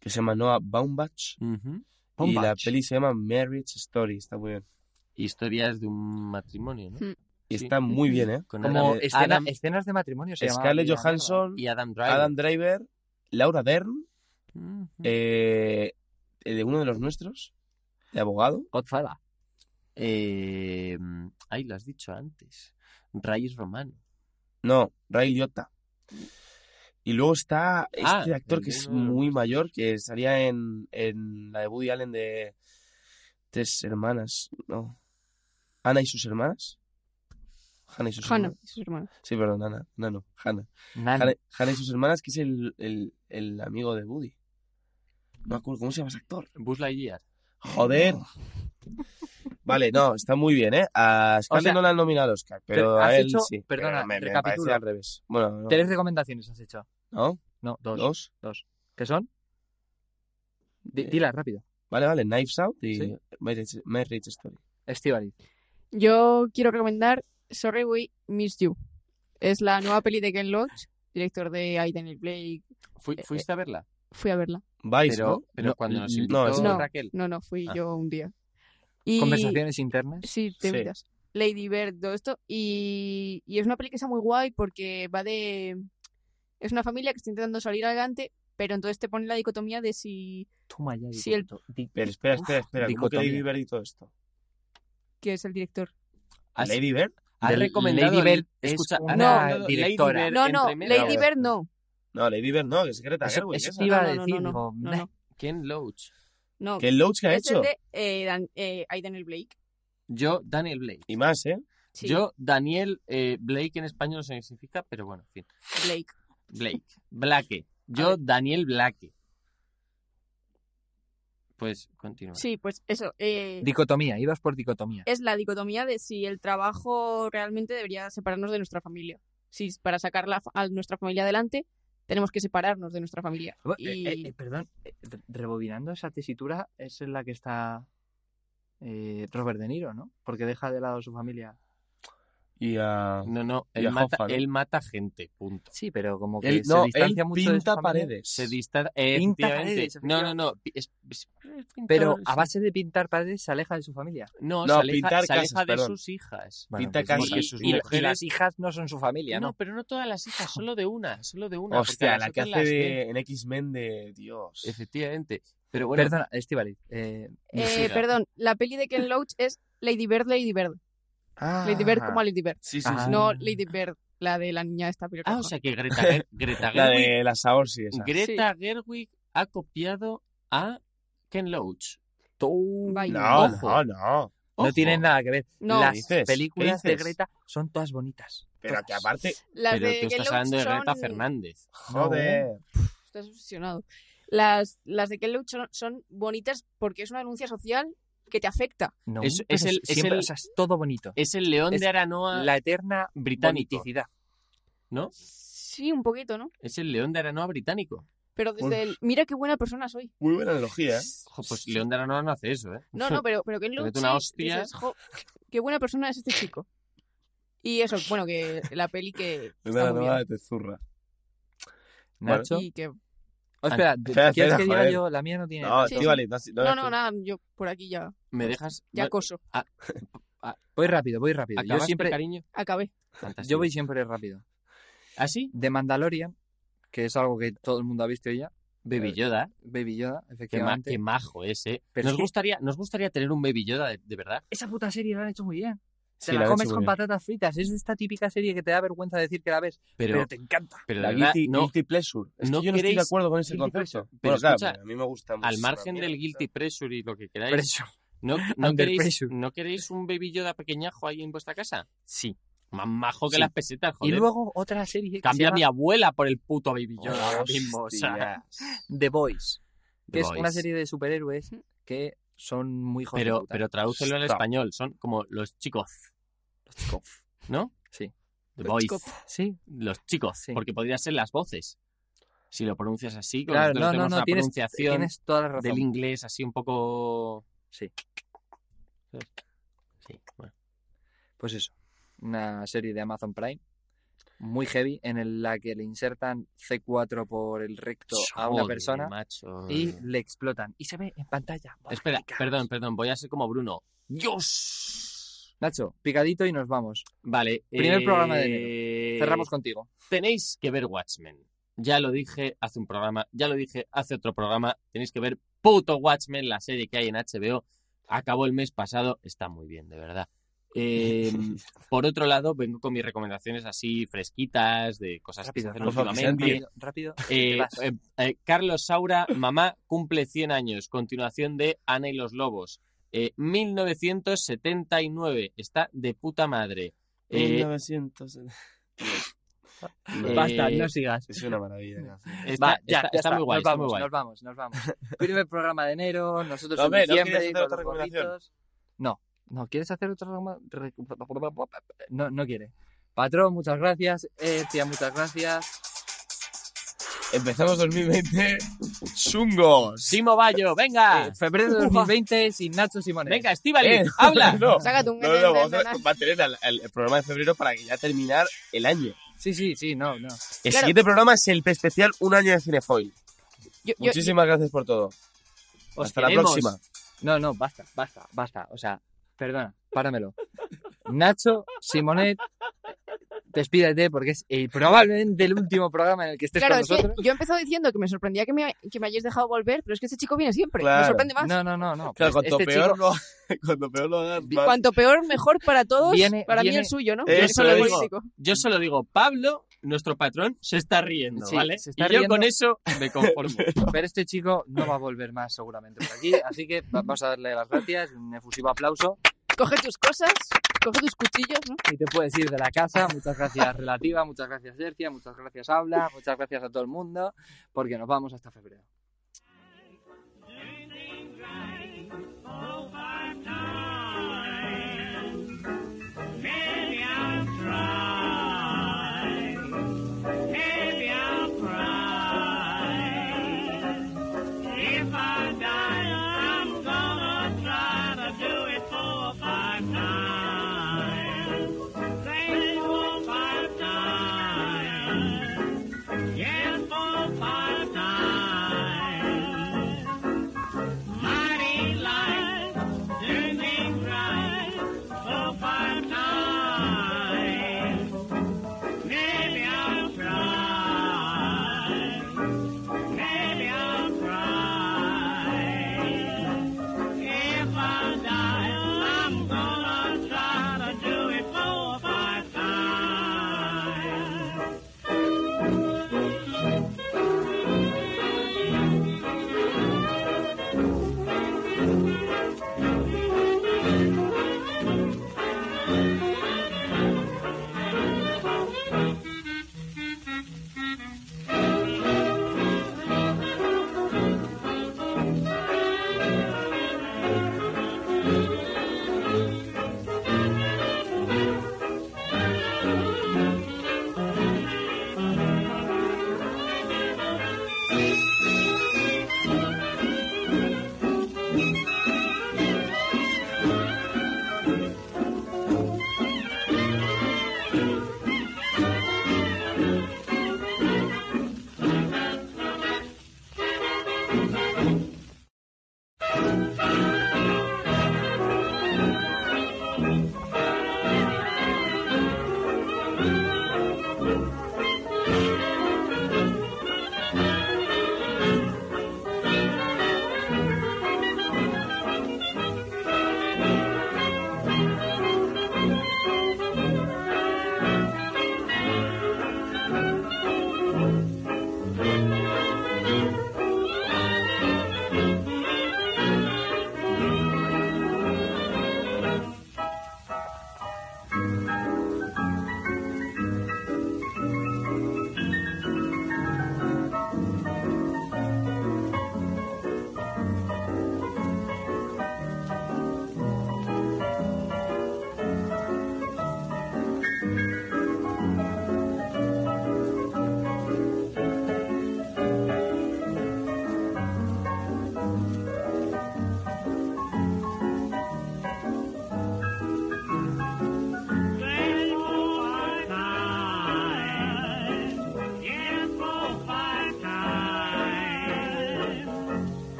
que se llama Noah Baumbach. Ujú. Y la Baumbach. peli se llama Marriage Story. Está muy bien. Historias de un matrimonio, ¿no? Mm. Y Sí. está muy bien, ¿eh? Con Como Adam- escena- Adam- escenas de matrimonio. Se llamaba Scarlett aquella mierda. Johansson, y Adam Driver. Adam Driver, Laura Dern, Ujú. eh, el de uno de los nuestros, de abogado. Godfalla. Eh, ay, lo has dicho antes. Reyes Romano. No, Ray Liotta. Y luego está Ah, este actor el que de es uno de los muy mayor, que salía en, en la de Woody Allen de Tres Hermanas, no. Ana y sus hermanas. Hanna y sus Hanna, hermanas. sus hermanos. Sí, perdón, Ana, no, no, Hanna. Nan. Hanna, Hanna y sus hermanas, que es el, el- el amigo de Woody. No me acuerdo cómo se llama ese actor. Buzz Lightyear. Joder. Vale, no, está muy bien, ¿eh? A Scarlett sea, no la han nominado Oscar, pero has a él hecho- sí. Pero perdona, me, me recapitula. parece al revés. Bueno, no, Tres recomendaciones has hecho. ¿no? No, dos. ¿Dos? ¿Qué son? Di- Eh, Dilas rápido. Vale, vale, Knives Out y Sí. Marriage, Marriage Story. Estivali. Yo quiero recomendar Sorry We Miss You. Es la nueva peli de Ken Loach, director de I, Daniel Blake. Fui- Eh, ¿Fuiste a verla? Fui a verla. Vice, Pero, ¿no? pero No, cuando nos no, invitó es- No. Raquel. No, no, fui Ah. yo un día. Y... Conversaciones internas. Sí, te Sí. miras. Lady Bird, todo esto. Y, y es una peli que está muy guay porque va de... Es una familia que está intentando salir adelante, pero entonces te pone la dicotomía de si... Toma ya. Sí, digo, el- to- di- Pero espera, espera, Uf, espera. ¿Cómo que dicotomía. Lady Bird y todo esto? que es el director? Has- ¿Lady Bird? has del- recomendado Lady el- Bird es escucha, has una recomendado Lady directora. Bird No, entre no, medias. Lady Bird no. No, Lady Bird no, que es Greta Eso, Gerwig, eso esa. te iba a No, no, no, decir. no, digo, no, meh. no. Ken Loach. No, ¿Qué Loach que ha es el hecho? de eh, Dan- eh, Aiden el Blake. Yo, Daniel Blake. Y más, ¿eh? Sí, Yo, Daniel eh, Blake en español no sé qué significa, pero bueno, en fin. Blake. Blake. Blake. Yo, Daniel Blake. Pues continúa. Sí, pues eso. eh, Dicotomía, ibas por dicotomía. es la dicotomía de si el trabajo realmente debería separarnos de nuestra familia. Si para sacar la fa- a nuestra familia adelante tenemos que separarnos de nuestra familia. Y Eh, eh, eh, perdón, eh, re- rebobinando esa tesitura es en la que está eh, Robert De Niro, ¿no? Porque deja de lado a su familia. Y a... No, no, Y a él mata, Hoffa, ¿no? él mata gente, punto. Sí, pero como que Él, se no, distancia él mucho de su pinta familia. paredes. Se distan- Pinta efectivamente. paredes, No, no, no. pi- es- es- Pero pintar- a base de pintar paredes se aleja de su familia. No, No, se aleja, pintar se aleja casas, de perdón. sus hijas. Pinta pues casas. y- que sus y, y mujeres- las hijas no son su familia, ¿no? No, pero no todas las hijas, solo de una, solo de una. porque a Hostia, las la que otras hace las de, ve. en X-Men de... Dios. Efectivamente. Pero bueno, Perdona, Estivaliz. eh, eh, siga. perdón, la peli de Ken Loach es Lady Bird, Lady Bird. Ah. Lady Bird como a Lady Bird. Sí, sí, Ah. sí. No Lady Bird, la de la niña esta pelirroja. Ah, o sea que Greta, Ger- Greta La Gerwig, de las Saorsi, esa. Greta Gerwig ha copiado a Ken Loach. tú- Vaya. No, Ojo. no, no. no Ojo. tienen nada que ver. no, las dices? películas ¿Qué de dices? Greta son todas bonitas. Pero que aparte... las Pero de tú Ken estás Loach hablando de Greta son- Fernández. Joder. Estás obsesionado. Las, las de Ken Loach son, son bonitas porque es una denuncia social que te afecta. No, Es- es pero el- es siempre- el- o sea, es todo bonito. Eh, Es el león Es de Aranoa La eterna británico, boniticidad. ¿no? Sí, un poquito, ¿no? Es el león de Aranoa británico. Pero desde el... Mira qué buena persona soy. Muy buena analogía, ¿eh? Ojo, pues León de Aranoa no hace eso, ¿eh? No, no, pero, pero que Te Luchi, mete una hostia. dices, "Jo, qué buena persona es este chico. Y eso, bueno, que la peli que Es está la muy nueva bien. de Tezurra. Nacho. Y que... Oh, espera, Espera, ¿quieres espera, que diga joder. yo? La mía no tiene. No, sí. Estíbaliz, no, no, No, es no, que- nada, yo por aquí ya, ¿Me dejas? pues ya no, coso, Voy rápido, voy rápido. Yo ¿Acabaste, siempre, cariño? acabé. Fantástico. yo voy siempre rápido. ¿Ah, sí? De Mandalorian, que es algo que todo el mundo ha visto ya. Baby Yoda. Baby Yoda, Qué, ma- efectivamente. qué majo ese. Pero Nos, es que- gustaría, nos gustaría tener un Baby Yoda, de, de verdad. Esa puta serie la han hecho muy bien. Sí, Te la la han comes hecho con muy bien. patatas fritas. Es de esta típica serie que te da vergüenza decir que la ves, pero, Pero, te encanta. pero de La verdad, guilty, no, guilty pleasure. Es no que yo no estoy de queréis acuerdo con ese guilty concepto. pleasure. Pero Pero claro, escucha, a mí me gusta mucho. al margen del guilty pressure y lo que queráis, Pero eso- ¿no, no Under queréis, pressure. ¿no queréis un Baby Yoda pequeñajo ahí en vuestra casa? Sí. Más majo que Sí. las pesetas, Y joder. luego otra serie que Cambia a se mi llama abuela por el puto Baby Yoda ahora mismo. O sea, The Boys, que The es una Boys. serie de superhéroes que son muy hijos de Pero, puta. pero tradúcelo al Stop. español. Son como los chicos, Los chicos. ¿no? Sí. The Los boys. chicos. Sí, Los chicos. Sí. Porque podría ser las voces. Si lo pronuncias así, que Claro, nosotros no, no, tenemos no, una tienes, pronunciación tienes toda la razón. del inglés así un poco... Sí. Sí, bueno. Pues eso, una serie de Amazon Prime muy heavy en la que le insertan C4 por el recto a una Joder, persona macho. y le explotan. Y se ve en pantalla. Buah, Espera, me cago. perdón, perdón, voy a ser como Bruno. ¡Dios! Nacho, picadito y nos vamos. Vale. eh, Primer programa de Cerramos con... contigo. Tenéis que ver Watchmen. Ya lo dije hace un programa, ya lo dije hace otro programa. Tenéis que ver puto Watchmen, la serie que hay en HBO. Acabó el mes pasado, está muy bien, de verdad. Eh, por otro lado, vengo con mis recomendaciones así fresquitas de cosas Rápido, que se hacen por favor, que sean últimamente. Rápido, rápido. Eh, te vas. eh, eh, Carlos Saura, mamá, cumple 100 años. Continuación de Ana y los Lobos. Eh, 1979. Está de puta madre. Eh, 1900. eh, Basta, no sigas. Es una maravilla. de canción. está, Va, ya, está- ya está muy guay. Nos está muy vamos, guay. nos vamos, nos vamos. Primer programa de enero, nosotros No, en hombre, ¿no diciembre quieres hacer con otra los recomendación? gorritos. No, no, ¿quieres hacer otra recomendación? No, no quiere. Patrón, muchas gracias. Eh, tía, muchas gracias. Empezamos 2020. ¡Chungos! Simo Bayo, venga. Eh, febrero de 2020 sin Nacho Simones. Venga, Estivali, Eh, habla. No, Sácate un... no, no, vamos a mantener el, el- el programa de febrero para que ya terminar el año. Sí, sí, sí, no, no. El Claro. siguiente programa es el especial Un año de Cinefoil. Yo- yo- Muchísimas gracias por todo. Os Hasta la queremos. próxima. No, no, basta, basta, basta. O sea, perdona, páramelo. Nacho, Simonet, despídete porque es eh, probablemente el último programa en el que estés Claro, con es que nosotros. yo he empezado diciendo que me sorprendía que me, que me hayáis dejado volver, pero es que este chico viene siempre. Me Claro. sorprende más. No, no, no, no. Pues Claro, cuanto, este peor chico- lo, cuanto peor lo hagas, más- Cuanto peor, mejor para todos. Viene- para mí viene- el suyo, ¿no? Eso Yo solo es. político. Yo solo digo Pablo nuestro patrón se está riendo, Sí, ¿vale? se está y yo riendo. con eso me conformo. Pero este chico no va a volver más seguramente por aquí, así que va- vamos a darle las gracias, un efusivo aplauso Coge tus cosas, coge tus cuchillos, ¿no? y te puedes ir de la casa. Muchas gracias Relativa, muchas gracias Sergia, muchas gracias Habla, muchas gracias a todo el mundo, porque nos vamos hasta febrero.